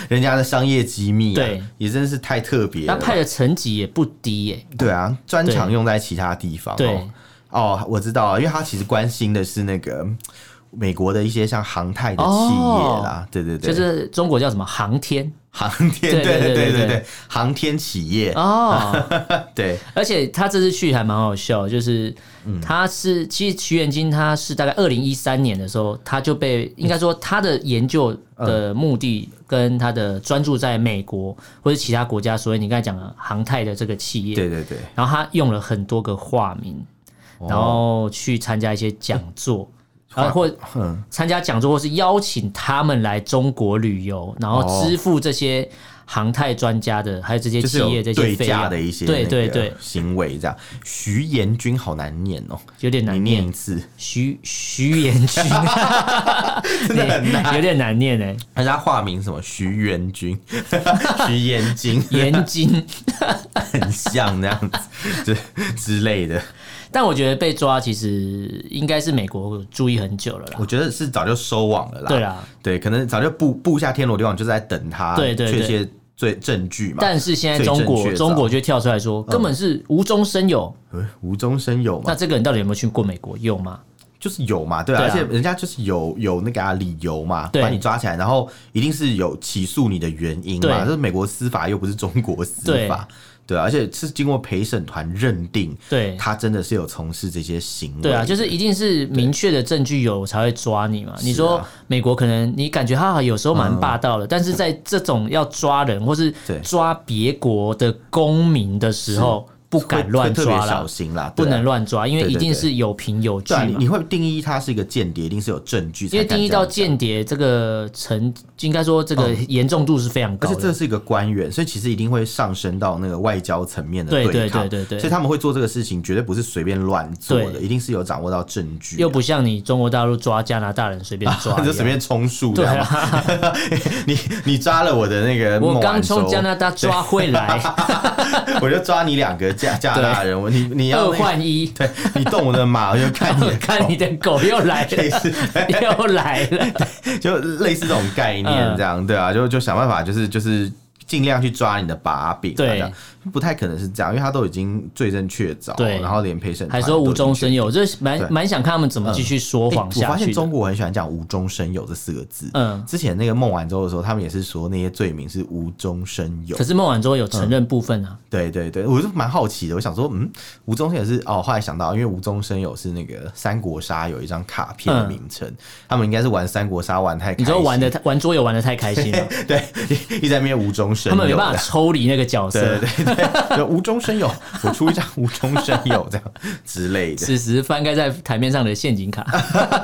[SPEAKER 1] 人家的商业机密、啊，
[SPEAKER 2] 对，
[SPEAKER 1] 也真是太特别
[SPEAKER 2] 他
[SPEAKER 1] 了。
[SPEAKER 2] 派的层级也不低耶、
[SPEAKER 1] 对啊，专长
[SPEAKER 2] 对
[SPEAKER 1] 用在其他地方、哦。
[SPEAKER 2] 哦对，
[SPEAKER 1] 哦，我知道了，因为他其实关心的是那个嗯美国的一些像航太的企业啦，对对对，
[SPEAKER 2] 哦就是中国叫什么航天
[SPEAKER 1] 航天，对
[SPEAKER 2] 对对
[SPEAKER 1] 对
[SPEAKER 2] 对
[SPEAKER 1] 对
[SPEAKER 2] 对
[SPEAKER 1] 对，航天企业，
[SPEAKER 2] 哦，
[SPEAKER 1] 对
[SPEAKER 2] 而且他这次去还蛮好笑，就是
[SPEAKER 1] 嗯
[SPEAKER 2] 他是、其实徐元金他是大概二零一三年的时候，他就被应该说他的研究的目的跟他的专注在美国或者其他国家，所以你刚才讲的航太的这个企业，
[SPEAKER 1] 对对对，
[SPEAKER 2] 然后他用了很多个化名，然后去参加一些讲座。
[SPEAKER 1] 哦
[SPEAKER 2] 啊，或
[SPEAKER 1] 嗯
[SPEAKER 2] 参加讲座，或是邀请他们来中国旅游，然后支付这些航太专家的，还有这些
[SPEAKER 1] 哦就是
[SPEAKER 2] 企业
[SPEAKER 1] 有
[SPEAKER 2] 这
[SPEAKER 1] 对
[SPEAKER 2] 些费
[SPEAKER 1] 价
[SPEAKER 2] 用
[SPEAKER 1] 的一些
[SPEAKER 2] 对
[SPEAKER 1] 那
[SPEAKER 2] 对
[SPEAKER 1] 个
[SPEAKER 2] 对，
[SPEAKER 1] 行为这样。徐延军好难念哦，
[SPEAKER 2] 有点
[SPEAKER 1] 你
[SPEAKER 2] 难
[SPEAKER 1] 念
[SPEAKER 2] 念
[SPEAKER 1] 一。次，
[SPEAKER 2] 徐徐延军，
[SPEAKER 1] 真的很难。
[SPEAKER 2] 有点难念哎，
[SPEAKER 1] 但是他化名什么徐元 军、徐延军，
[SPEAKER 2] 延金。
[SPEAKER 1] 很像那样子，之之类的。
[SPEAKER 2] 但我觉得被抓其实应该是美国注意很久了啦。
[SPEAKER 1] 我觉得是早就收网了啦。
[SPEAKER 2] 对啦，
[SPEAKER 1] 对，可能早就布布下天罗地网，就是在等他
[SPEAKER 2] 对对对
[SPEAKER 1] 确切罪证据嘛。
[SPEAKER 2] 但是现在中
[SPEAKER 1] 最正确嗯
[SPEAKER 2] 国
[SPEAKER 1] 的
[SPEAKER 2] 中国就跳出来说，根本是无中生有。
[SPEAKER 1] 呃无中生有嘛
[SPEAKER 2] 那，这个人到底有没有去过美国？有吗？
[SPEAKER 1] 就是有嘛，对啊，
[SPEAKER 2] 对
[SPEAKER 1] 而
[SPEAKER 2] 啊
[SPEAKER 1] 且人家就是有有那个啊理由嘛，
[SPEAKER 2] 对
[SPEAKER 1] 把你抓起来，然后一定是有起诉你的原因嘛，
[SPEAKER 2] 对
[SPEAKER 1] 就是美国司法又不是中国司法，对啊，而且是经过陪审团认定，
[SPEAKER 2] 对
[SPEAKER 1] 他真的是有从事这些行为，
[SPEAKER 2] 对啊，就是一定是明确的证据有才会抓你嘛。你说
[SPEAKER 1] 啊
[SPEAKER 2] 美国可能你感觉他有时候蛮霸道的，但是在这种要抓人或是
[SPEAKER 1] 嗯对
[SPEAKER 2] 抓别国的公民的时候，不
[SPEAKER 1] 会
[SPEAKER 2] 敢乱
[SPEAKER 1] 会特别
[SPEAKER 2] 抓
[SPEAKER 1] 小
[SPEAKER 2] 啦，
[SPEAKER 1] 心啦，
[SPEAKER 2] 不
[SPEAKER 1] 对啊
[SPEAKER 2] 能。乱抓，因为
[SPEAKER 1] 对对
[SPEAKER 2] 一定
[SPEAKER 1] 对
[SPEAKER 2] 是有凭有据
[SPEAKER 1] 对啊，你
[SPEAKER 2] 嘛。
[SPEAKER 1] 你会定义他是一个间谍，一定是有证据才
[SPEAKER 2] 因为
[SPEAKER 1] 敢这样讲，
[SPEAKER 2] 定义到间谍这个层，应该说这个严重度是非常
[SPEAKER 1] 嗯而
[SPEAKER 2] 高
[SPEAKER 1] 且这
[SPEAKER 2] 的。
[SPEAKER 1] 是一个官员，所以其实一定会上升到那个外交层面的
[SPEAKER 2] 对
[SPEAKER 1] 抗。
[SPEAKER 2] 对对对对
[SPEAKER 1] 所以他们会做这个事情，绝对不是随便乱做的，
[SPEAKER 2] 对
[SPEAKER 1] 一定是有掌握到证据的，啊
[SPEAKER 2] 又不像你中国大陆抓加拿大人随便抓一
[SPEAKER 1] 就
[SPEAKER 2] 样，
[SPEAKER 1] 随便充数这
[SPEAKER 2] 对
[SPEAKER 1] 样嘛。
[SPEAKER 2] 啊，
[SPEAKER 1] 你你抓了我的那个孟
[SPEAKER 2] 我
[SPEAKER 1] 晚
[SPEAKER 2] 刚
[SPEAKER 1] 舟，
[SPEAKER 2] 从加拿大抓回来，
[SPEAKER 1] 我就抓你两个加加拿大人，我 你你要
[SPEAKER 2] 二
[SPEAKER 1] 那个
[SPEAKER 2] 换一，
[SPEAKER 1] 对你动我的马，我就 看你的
[SPEAKER 2] 看你的狗又来
[SPEAKER 1] 类
[SPEAKER 2] 了，
[SPEAKER 1] 似，
[SPEAKER 2] 又来 了。
[SPEAKER 1] 就类似这种概念，
[SPEAKER 2] 嗯
[SPEAKER 1] 这样对啊，就就想办法，就是就是尽量去抓你的把柄啊，
[SPEAKER 2] 对
[SPEAKER 1] 这样不太可能是这样，因为他都已经罪证确凿，
[SPEAKER 2] 对
[SPEAKER 1] 然后连陪审团
[SPEAKER 2] 还说无中
[SPEAKER 1] 有。
[SPEAKER 2] 生有，就是
[SPEAKER 1] 对
[SPEAKER 2] 蛮蛮想看他们怎么继续说
[SPEAKER 1] 欸
[SPEAKER 2] 谎
[SPEAKER 1] 我
[SPEAKER 2] 下
[SPEAKER 1] 发现
[SPEAKER 2] 去的。
[SPEAKER 1] 中国很喜欢讲“无中生有”这四个字。
[SPEAKER 2] 嗯，
[SPEAKER 1] 之前那个孟晚舟的时候，他们也是说那些罪名是无中生有
[SPEAKER 2] 可。是孟晚舟有承认部分啊，
[SPEAKER 1] 对对对，我就蛮好奇的，我想说，嗯，无中生有是哦，后来想到，因为无中生有是那个三国杀有一张卡片的名称，他们应该是玩三国杀玩太开
[SPEAKER 2] 嗯你
[SPEAKER 1] 心，
[SPEAKER 2] 说玩的玩桌游玩的太开心了，
[SPEAKER 1] 对，一直在那边无中生
[SPEAKER 2] 他
[SPEAKER 1] 有，
[SPEAKER 2] 们没办法抽离那个角
[SPEAKER 1] 这样。
[SPEAKER 2] 色，
[SPEAKER 1] 对对对， 就无中生 有，我出一张无中生有这样之类的，
[SPEAKER 2] 此时翻开在台面上的陷阱卡，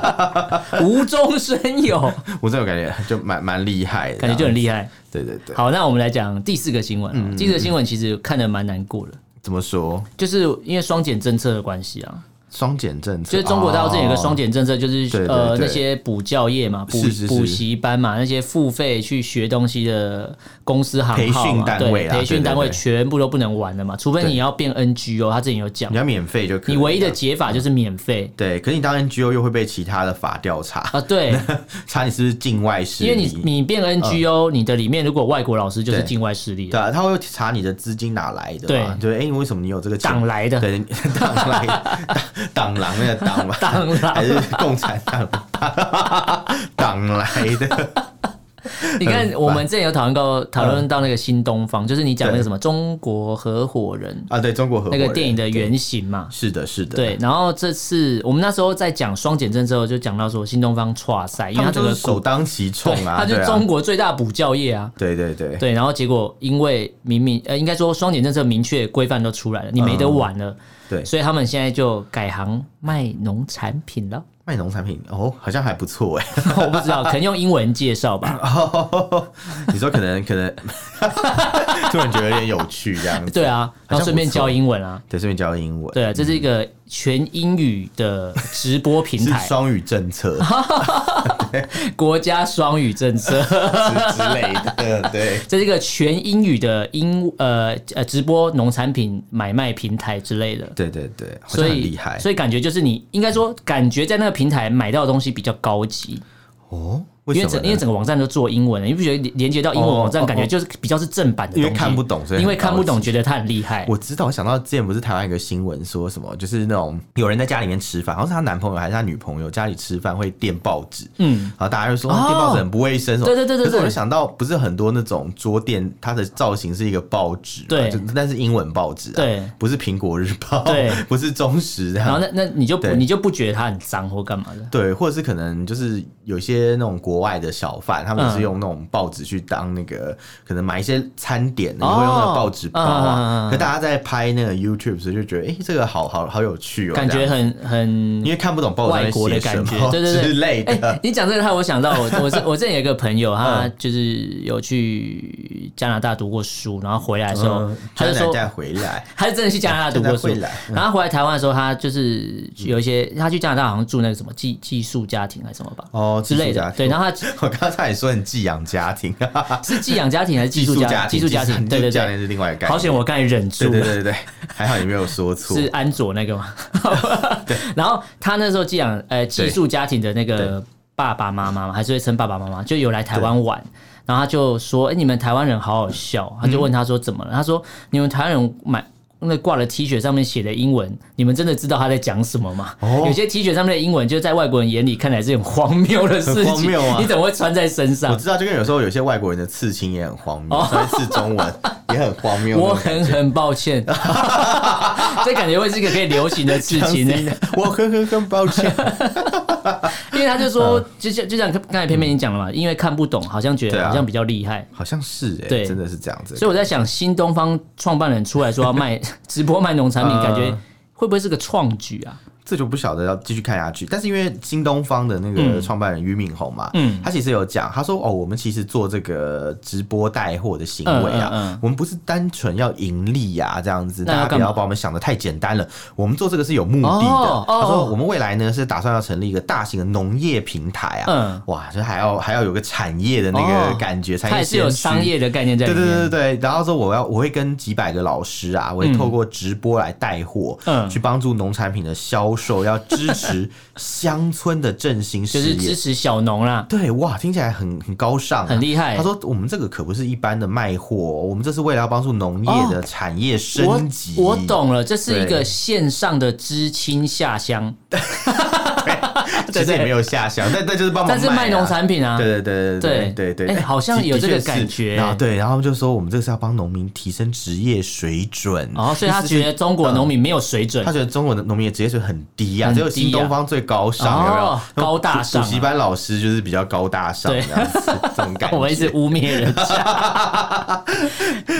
[SPEAKER 2] 无中生有，
[SPEAKER 1] 我这种感觉就蛮蛮厉害的，
[SPEAKER 2] 感觉就很厉害。
[SPEAKER 1] 害。对对对，嗯
[SPEAKER 2] 好，那我们来讲第四个新闻啊。第四个新闻其实看得蛮难过的，
[SPEAKER 1] 怎么说？
[SPEAKER 2] 就是因为双减政策的关系啊，
[SPEAKER 1] 双减哦政策，
[SPEAKER 2] 就是中国大陆这里有个双减政策，就是、
[SPEAKER 1] 对对
[SPEAKER 2] 呃
[SPEAKER 1] 对
[SPEAKER 2] 那些补教业嘛，补
[SPEAKER 1] 是是是
[SPEAKER 2] 补习班嘛，那些付费去学东西的公司行
[SPEAKER 1] 培
[SPEAKER 2] 号
[SPEAKER 1] 训
[SPEAKER 2] 嘛，
[SPEAKER 1] 单位
[SPEAKER 2] 对
[SPEAKER 1] 啦
[SPEAKER 2] 培
[SPEAKER 1] 对对
[SPEAKER 2] 训单位
[SPEAKER 1] 对
[SPEAKER 2] 全部都不能玩了嘛，除非
[SPEAKER 1] 对
[SPEAKER 2] 你要变 NGO，他之前有讲
[SPEAKER 1] 你，要免费就可以
[SPEAKER 2] 你
[SPEAKER 1] 了。
[SPEAKER 2] 唯一的解法就是免费
[SPEAKER 1] 对，可是你当 NGO 又会被其他的法调 查，
[SPEAKER 2] 啊，对，
[SPEAKER 1] 查你是不是境外势力，
[SPEAKER 2] 因为你你变 NGO，你的里面如果有外国老师就是
[SPEAKER 1] 对
[SPEAKER 2] 境外势力了
[SPEAKER 1] 对啊，他会查你的资金哪来的嘛？对，哎、你为什么你有这个钱
[SPEAKER 2] 党来的，
[SPEAKER 1] 对， 你党来 党狼那个党嘛，
[SPEAKER 2] 当 然
[SPEAKER 1] 还是共产党党来的？
[SPEAKER 2] 你看，
[SPEAKER 1] 嗯
[SPEAKER 2] 我们之前有讨论过，讨论到那个新东方，就是你讲那个什么中国合伙人
[SPEAKER 1] 啊，对中国合伙
[SPEAKER 2] 那
[SPEAKER 1] 人
[SPEAKER 2] 个电影的原型嘛。
[SPEAKER 1] 是的，是的，
[SPEAKER 2] 对，，然后这次我们那时候在讲双减政之后，就讲到说新东方跨赛，因
[SPEAKER 1] 他
[SPEAKER 2] 为它
[SPEAKER 1] 们
[SPEAKER 2] 整
[SPEAKER 1] 就
[SPEAKER 2] 个
[SPEAKER 1] 是首
[SPEAKER 2] 股
[SPEAKER 1] 当其冲
[SPEAKER 2] 对，
[SPEAKER 1] 啊，
[SPEAKER 2] 它就
[SPEAKER 1] 对
[SPEAKER 2] 是
[SPEAKER 1] 啊
[SPEAKER 2] 中国最大补教业啊。
[SPEAKER 1] 对对对，
[SPEAKER 2] 对，然后结果因为明明呃，应该说双减政策明确规范都出来了，你没得玩了，
[SPEAKER 1] 嗯对
[SPEAKER 2] 所以他们现在就改行卖农产品了。
[SPEAKER 1] 卖农产品哦，好像还不错哎、
[SPEAKER 2] 我不知道，可能用英文介绍吧。
[SPEAKER 1] 你说可能可能， 突然觉得有点有趣这样子。
[SPEAKER 2] 对啊，然后顺便教英文啊。
[SPEAKER 1] 对，顺便教英文。
[SPEAKER 2] 对啊，这是一个全英语的直播平
[SPEAKER 1] 是
[SPEAKER 2] 台，
[SPEAKER 1] 双语政策
[SPEAKER 2] 国家双语政策，
[SPEAKER 1] 之之类的，对，
[SPEAKER 2] 这是一个全英语的英呃呃直播农产品买卖平台之类的。
[SPEAKER 1] 对对对，好像
[SPEAKER 2] 所
[SPEAKER 1] 很
[SPEAKER 2] 以
[SPEAKER 1] 厉害
[SPEAKER 2] 所以感觉就是你应该说，感觉在那个平台买到的东西比较高级，
[SPEAKER 1] 哦。
[SPEAKER 2] 因为
[SPEAKER 1] 什
[SPEAKER 2] 整
[SPEAKER 1] 么
[SPEAKER 2] 因为
[SPEAKER 1] 呢？
[SPEAKER 2] 整个网站都做英文的，你不觉得连接到英文
[SPEAKER 1] 哦
[SPEAKER 2] 网站，
[SPEAKER 1] 哦
[SPEAKER 2] 感觉
[SPEAKER 1] 哦
[SPEAKER 2] 就是比较是正版的东
[SPEAKER 1] 因
[SPEAKER 2] 西？
[SPEAKER 1] 为看不懂所以很
[SPEAKER 2] 因为看不
[SPEAKER 1] 高
[SPEAKER 2] 懂，
[SPEAKER 1] 级
[SPEAKER 2] 觉得它很厉害。
[SPEAKER 1] 我知道，我想到之前不是台湾有个新闻说什么，就是那种有人在家里面吃饭，好像是她男朋友还是她女朋友家里吃饭会垫报纸，嗯，然后大家就说、
[SPEAKER 2] 哦
[SPEAKER 1] 啊垫报纸很不卫生什么，
[SPEAKER 2] 对对对对
[SPEAKER 1] 可是我
[SPEAKER 2] 对
[SPEAKER 1] 就想到，不是很多那种桌垫，它的造型是一个报纸嘛，
[SPEAKER 2] 对
[SPEAKER 1] 就但是英文报纸、啊，
[SPEAKER 2] 对，
[SPEAKER 1] 不是苹果日报，
[SPEAKER 2] 对，
[SPEAKER 1] 不是中时这
[SPEAKER 2] 然后
[SPEAKER 1] 样。
[SPEAKER 2] 那那你就不
[SPEAKER 1] 对
[SPEAKER 2] 你就不觉得它很脏或干嘛的？
[SPEAKER 1] 对，或者是可能就是有些那种国外的小贩，他们
[SPEAKER 2] 嗯
[SPEAKER 1] 也是用那种报纸去当那个，可能买一些餐点，你会用那个报纸包
[SPEAKER 2] 嗯嗯嗯
[SPEAKER 1] 啊。
[SPEAKER 2] 嗯
[SPEAKER 1] 可大家在拍那个 YouTube 时就觉得，哎、这个好好好有趣哦，
[SPEAKER 2] 感
[SPEAKER 1] 这
[SPEAKER 2] 觉
[SPEAKER 1] 样
[SPEAKER 2] 很很
[SPEAKER 1] 因为看不懂报纸上
[SPEAKER 2] 外
[SPEAKER 1] 面
[SPEAKER 2] 国的
[SPEAKER 1] 写
[SPEAKER 2] 感
[SPEAKER 1] 什
[SPEAKER 2] 觉，
[SPEAKER 1] 么
[SPEAKER 2] 对对对
[SPEAKER 1] 之类
[SPEAKER 2] 哎、
[SPEAKER 1] 的。
[SPEAKER 2] 你讲这个让我想到我 我是我之前有一个朋友，他
[SPEAKER 1] 嗯
[SPEAKER 2] 就是有去加拿大读过书，然后回来的时候，
[SPEAKER 1] 嗯
[SPEAKER 2] 他就
[SPEAKER 1] 再
[SPEAKER 2] 说
[SPEAKER 1] 再回来，
[SPEAKER 2] 他是真的去加拿大读过书
[SPEAKER 1] 真的会来，嗯
[SPEAKER 2] 然后他回来台湾的时候，他就是有一些他去加拿大好像住那个什么寄寄宿家庭还是什么吧。
[SPEAKER 1] 哦
[SPEAKER 2] 之类
[SPEAKER 1] 寄宿家
[SPEAKER 2] 的，
[SPEAKER 1] 庭
[SPEAKER 2] 对，然后他
[SPEAKER 1] 我刚才也说你寄养家 庭，
[SPEAKER 2] 是寄养家庭还是寄宿家
[SPEAKER 1] 寄
[SPEAKER 2] 寄宿家庭？对对
[SPEAKER 1] 家庭
[SPEAKER 2] 对，
[SPEAKER 1] 是另外一个概念。
[SPEAKER 2] 好险我刚才忍
[SPEAKER 1] 对
[SPEAKER 2] 住
[SPEAKER 1] 对
[SPEAKER 2] 了。
[SPEAKER 1] 对对对，还好你没有说错。
[SPEAKER 2] 是安卓那个吗？ 然后他那时候寄养呃寄宿家庭的那个
[SPEAKER 1] 对
[SPEAKER 2] 爸爸妈妈嘛，还是会称爸爸妈妈，就有来台湾玩。然后他就说：“哎、你们台湾人好好
[SPEAKER 1] 嗯
[SPEAKER 2] 笑。”他就问他说：“怎么了？”他说：“你们台湾人买那挂的 T 恤上面写的英文，你们真的知道他在讲什么吗？
[SPEAKER 1] 哦
[SPEAKER 2] 有些 T 恤上面的英文，就在外国人眼里看来是很荒谬的事情，
[SPEAKER 1] 很荒谬啊
[SPEAKER 2] 你怎么会穿在身上
[SPEAKER 1] 我？知道，就跟有时候有些外国人的刺青也很荒谬，所以刺中文也很荒谬。
[SPEAKER 2] 哦 我很很抱歉， 这感觉会是一个可以流行的事情、
[SPEAKER 1] 啊
[SPEAKER 2] 呢。
[SPEAKER 1] 我很很很抱歉。
[SPEAKER 2] 因为他就说，就像就像刚才偏偏你讲了嘛，因为看不懂，好像
[SPEAKER 1] 嗯
[SPEAKER 2] 觉
[SPEAKER 1] 对
[SPEAKER 2] 得
[SPEAKER 1] 啊
[SPEAKER 2] 好像比较厉害，
[SPEAKER 1] 好像是哎、
[SPEAKER 2] 对
[SPEAKER 1] 真的是这样子。
[SPEAKER 2] 所以我在想，新东方创办人出来说 要卖直播卖农产品，
[SPEAKER 1] 嗯
[SPEAKER 2] 感觉会不会是个创举啊？
[SPEAKER 1] 这就不晓得要继续看下去。但是因为新东方的那个创办人俞敏洪嘛，
[SPEAKER 2] 嗯
[SPEAKER 1] 他其实有讲，他说哦，我们其实做这个直播带货的行为啊，
[SPEAKER 2] 嗯嗯嗯
[SPEAKER 1] 我们不是单纯要盈利呀、这样子，
[SPEAKER 2] 那要
[SPEAKER 1] 大家
[SPEAKER 2] 干
[SPEAKER 1] 不
[SPEAKER 2] 嘛
[SPEAKER 1] 要把我们想的太简单了。我们做这个是有目的的。
[SPEAKER 2] 哦哦
[SPEAKER 1] 他说我们未来呢是打算要成立一个大型的农业平台啊，
[SPEAKER 2] 嗯
[SPEAKER 1] 哇，就还要还要有个产业的那个
[SPEAKER 2] 哦
[SPEAKER 1] 感觉，才
[SPEAKER 2] 它也是有
[SPEAKER 1] 啊
[SPEAKER 2] 商业的概念在里
[SPEAKER 1] 对
[SPEAKER 2] 面。
[SPEAKER 1] 对对对对，然后说我要我会跟几百个老师啊，我会透过直播来带货，
[SPEAKER 2] 嗯
[SPEAKER 1] 去帮助农产品的销售，要支持乡村的振兴
[SPEAKER 2] 就
[SPEAKER 1] 事
[SPEAKER 2] 是
[SPEAKER 1] 业。
[SPEAKER 2] 支持小农啦。
[SPEAKER 1] 对，哇，听起来很很高尚啊、
[SPEAKER 2] 很厉害
[SPEAKER 1] 他说：“我们这个可不是一般的卖货哦、我们这是为了要帮助农业的产业
[SPEAKER 2] 我
[SPEAKER 1] 升级。
[SPEAKER 2] 哦我，懂了，这是一个
[SPEAKER 1] 对
[SPEAKER 2] 线上的知青下乡，
[SPEAKER 1] 其实也没有下乡，但但就是帮忙、
[SPEAKER 2] 但是卖农
[SPEAKER 1] 产。
[SPEAKER 2] 产品啊，
[SPEAKER 1] 对对对对对对
[SPEAKER 2] 哎
[SPEAKER 1] 对，
[SPEAKER 2] 好像
[SPEAKER 1] 的
[SPEAKER 2] 有这
[SPEAKER 1] 确
[SPEAKER 2] 个
[SPEAKER 1] 是
[SPEAKER 2] 感觉
[SPEAKER 1] 然后对，然后他们就说我们这个是要帮农民提升职业水准，
[SPEAKER 2] 哦，所以他
[SPEAKER 1] 意思是嗯
[SPEAKER 2] 觉得中国农民没有水准
[SPEAKER 1] 他，觉得中国的农民的职业水很低啊，
[SPEAKER 2] 很
[SPEAKER 1] 只
[SPEAKER 2] 低啊
[SPEAKER 1] 有新东方最高尚，有没
[SPEAKER 2] 哦
[SPEAKER 1] 有？，
[SPEAKER 2] 高大
[SPEAKER 1] 补
[SPEAKER 2] 上
[SPEAKER 1] 补习
[SPEAKER 2] 啊。
[SPEAKER 1] 班老师就是比较高大上
[SPEAKER 2] 对
[SPEAKER 1] 这样子，这种感觉，
[SPEAKER 2] 我一直污蔑人家。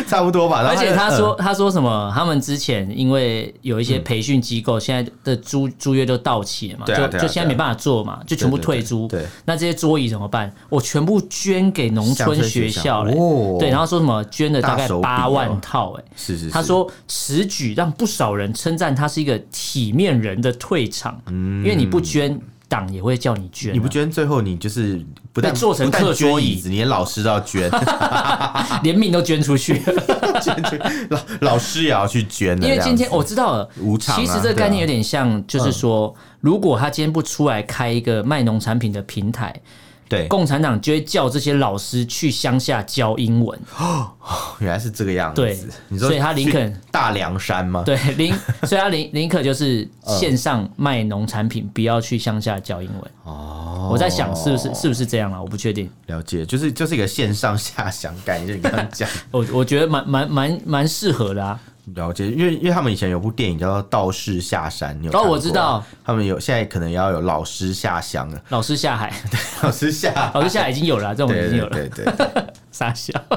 [SPEAKER 1] 差不多吧。然后
[SPEAKER 2] 而且
[SPEAKER 1] 就
[SPEAKER 2] 他说
[SPEAKER 1] 嗯
[SPEAKER 2] 他说什么？他们之前因为有一些培训机构现在的租租约都到期了嘛，
[SPEAKER 1] 对啊
[SPEAKER 2] 就
[SPEAKER 1] 对啊
[SPEAKER 2] 就现在没办法做嘛，就全部
[SPEAKER 1] 对对
[SPEAKER 2] 退租。
[SPEAKER 1] 对对
[SPEAKER 2] 那这些桌椅怎么办？我全部捐给农
[SPEAKER 1] 乡
[SPEAKER 2] 村
[SPEAKER 1] 村
[SPEAKER 2] 学
[SPEAKER 1] 学
[SPEAKER 2] 校
[SPEAKER 1] 校
[SPEAKER 2] 嘞
[SPEAKER 1] 哦。
[SPEAKER 2] 对，然后说什么捐了大概
[SPEAKER 1] 大手笔哦
[SPEAKER 2] 八万套哎。
[SPEAKER 1] 是是，是
[SPEAKER 2] 他说此举让不少人称赞他是一个体面人的退场，因为你不捐，党也会叫你捐啊。
[SPEAKER 1] 嗯你不捐，最后你就是不但
[SPEAKER 2] 被做成
[SPEAKER 1] 不但
[SPEAKER 2] 课桌
[SPEAKER 1] 捐
[SPEAKER 2] 椅
[SPEAKER 1] 椅子，你连老师都要 捐，
[SPEAKER 2] 连命都捐出去。
[SPEAKER 1] 捐捐老老师也要去捐的。
[SPEAKER 2] 因为
[SPEAKER 1] 这样
[SPEAKER 2] 今天
[SPEAKER 1] 子
[SPEAKER 2] 我知道了，
[SPEAKER 1] 无偿啊嗯
[SPEAKER 2] 其实这个概念有点像，就是说，如果他今天不出来开一个卖农产品的平台，
[SPEAKER 1] 对，
[SPEAKER 2] 共产党就会叫这些老师去乡下教英文。
[SPEAKER 1] 原来是这个样
[SPEAKER 2] 对
[SPEAKER 1] 子。你说，
[SPEAKER 2] 所以他林肯
[SPEAKER 1] 大凉山吗？
[SPEAKER 2] 对，林，所以他林林可就是线上卖农产品，不要去乡下教英文。
[SPEAKER 1] 哦，
[SPEAKER 2] 我在想是不是是不是这样了，我不确定。
[SPEAKER 1] 了解，就是就是一个线上下乡感，就你刚刚讲
[SPEAKER 2] 我我觉得蛮蛮蛮蛮适合的啊。
[SPEAKER 1] 了解，因为因为他们以前有部电影叫做《道士下山》，你有
[SPEAKER 2] 哦
[SPEAKER 1] 看过
[SPEAKER 2] 我知道，
[SPEAKER 1] 他们有现在可能也要有老师下乡了，
[SPEAKER 2] 老师下海，
[SPEAKER 1] 老师下，
[SPEAKER 2] 老师下海已经有了啊，这种已
[SPEAKER 1] 对
[SPEAKER 2] 经
[SPEAKER 1] 对
[SPEAKER 2] 有
[SPEAKER 1] 对
[SPEAKER 2] 了。
[SPEAKER 1] 对对，
[SPEAKER 2] 傻笑。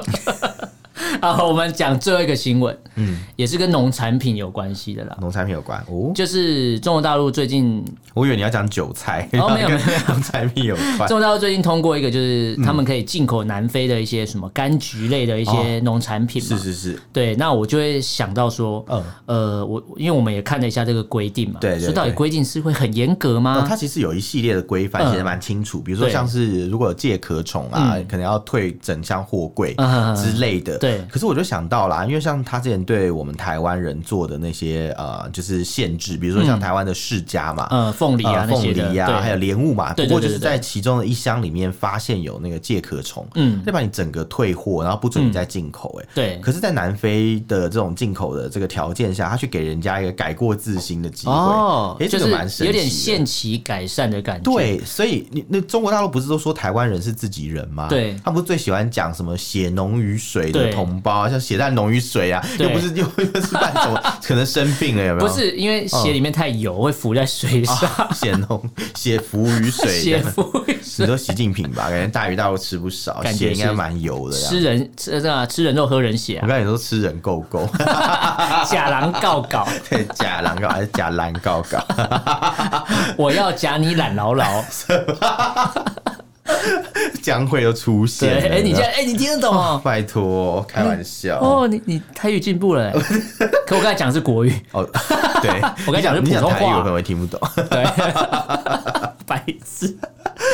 [SPEAKER 2] 好，我们讲最后一个新闻，嗯，也是跟农产品有关系的啦。
[SPEAKER 1] 农产品有关哦。
[SPEAKER 2] 就是中国大陆最近，
[SPEAKER 1] 我以为你要讲韭菜，
[SPEAKER 2] 哦没有
[SPEAKER 1] 然后跟农产品有关
[SPEAKER 2] 中。国大陆最近通过一个，就是他们可以进口南非的一些什么柑橘类的一些农产品嘛。
[SPEAKER 1] 哦是是是，
[SPEAKER 2] 对，那我就会想到说，
[SPEAKER 1] 嗯
[SPEAKER 2] 呃，我因为我们也看了一下这个规定嘛，
[SPEAKER 1] 对对
[SPEAKER 2] 说到底
[SPEAKER 1] 对
[SPEAKER 2] 规定是会很严格
[SPEAKER 1] 那
[SPEAKER 2] 吗？
[SPEAKER 1] 哦它其实有一系列的规范，
[SPEAKER 2] 嗯
[SPEAKER 1] 写的蛮清楚，比如说
[SPEAKER 2] 对嗯
[SPEAKER 1] 像是如果有介壳虫啊，可能要退整箱货柜啊
[SPEAKER 2] 嗯嗯嗯
[SPEAKER 1] 之类的。
[SPEAKER 2] 对
[SPEAKER 1] 可是我就想到啦，因为像他之前对我们台湾人做的那些呃，就是限制，比如
[SPEAKER 2] 嗯
[SPEAKER 1] 说像台湾的世家嘛，
[SPEAKER 2] 呃，凤梨啊
[SPEAKER 1] 呃
[SPEAKER 2] 那
[SPEAKER 1] 凤
[SPEAKER 2] 些的，
[SPEAKER 1] 梨啊，还有
[SPEAKER 2] 对，
[SPEAKER 1] 莲雾嘛。
[SPEAKER 2] 对
[SPEAKER 1] 不
[SPEAKER 2] 对
[SPEAKER 1] 过
[SPEAKER 2] 对
[SPEAKER 1] 就是
[SPEAKER 2] 对对
[SPEAKER 1] 在其中的一箱里面发现有那个介壳虫，
[SPEAKER 2] 嗯
[SPEAKER 1] 就把你整个退货，然后不准你再进口。哎，
[SPEAKER 2] 对，
[SPEAKER 1] 可是，在南非的这种进口的这个条件下，他去给人家一个改过自新的机会，
[SPEAKER 2] 哦，
[SPEAKER 1] 哎，
[SPEAKER 2] 就
[SPEAKER 1] 这个蛮神奇
[SPEAKER 2] 是
[SPEAKER 1] 的
[SPEAKER 2] 有点限期改善的感觉，
[SPEAKER 1] 对，所以你那中国大陆不是都说台湾人是自己人吗？
[SPEAKER 2] 对
[SPEAKER 1] 他不是最喜欢讲什么血浓于水的
[SPEAKER 2] 对
[SPEAKER 1] 同胞，像血淡浓于水啊，
[SPEAKER 2] 对
[SPEAKER 1] 又不是又又是犯什么可能生病了有没有？
[SPEAKER 2] 不是因为鞋里面太油，会浮在水上。
[SPEAKER 1] 啊血浓血浮于水这
[SPEAKER 2] 写
[SPEAKER 1] 样，
[SPEAKER 2] 浮 于
[SPEAKER 1] 你
[SPEAKER 2] 水。
[SPEAKER 1] 说习近平吧，感觉大鱼大肉吃不少，
[SPEAKER 2] 感觉
[SPEAKER 1] 血
[SPEAKER 2] 是
[SPEAKER 1] 应该蛮油的这样。
[SPEAKER 2] 吃人吃这啊，吃人肉喝人血
[SPEAKER 1] 我
[SPEAKER 2] 啊，
[SPEAKER 1] 刚才你说吃人够够，
[SPEAKER 2] 假狼告告，
[SPEAKER 1] 对假狼告还是假狼告告？
[SPEAKER 2] 我要夹你懒牢 牢。
[SPEAKER 1] 啊将会又出
[SPEAKER 2] 对，
[SPEAKER 1] 现了。
[SPEAKER 2] 哎、你这样，哎、你听得 懂哦？
[SPEAKER 1] 拜托，开玩笑。
[SPEAKER 2] 哦，你你台语进 步了、哎可我刚才讲的是国语，
[SPEAKER 1] 哦，对，
[SPEAKER 2] 我跟你讲是
[SPEAKER 1] 你讲
[SPEAKER 2] 普通
[SPEAKER 1] 台语，
[SPEAKER 2] 话
[SPEAKER 1] 我可能会听不懂，
[SPEAKER 2] 对，白痴。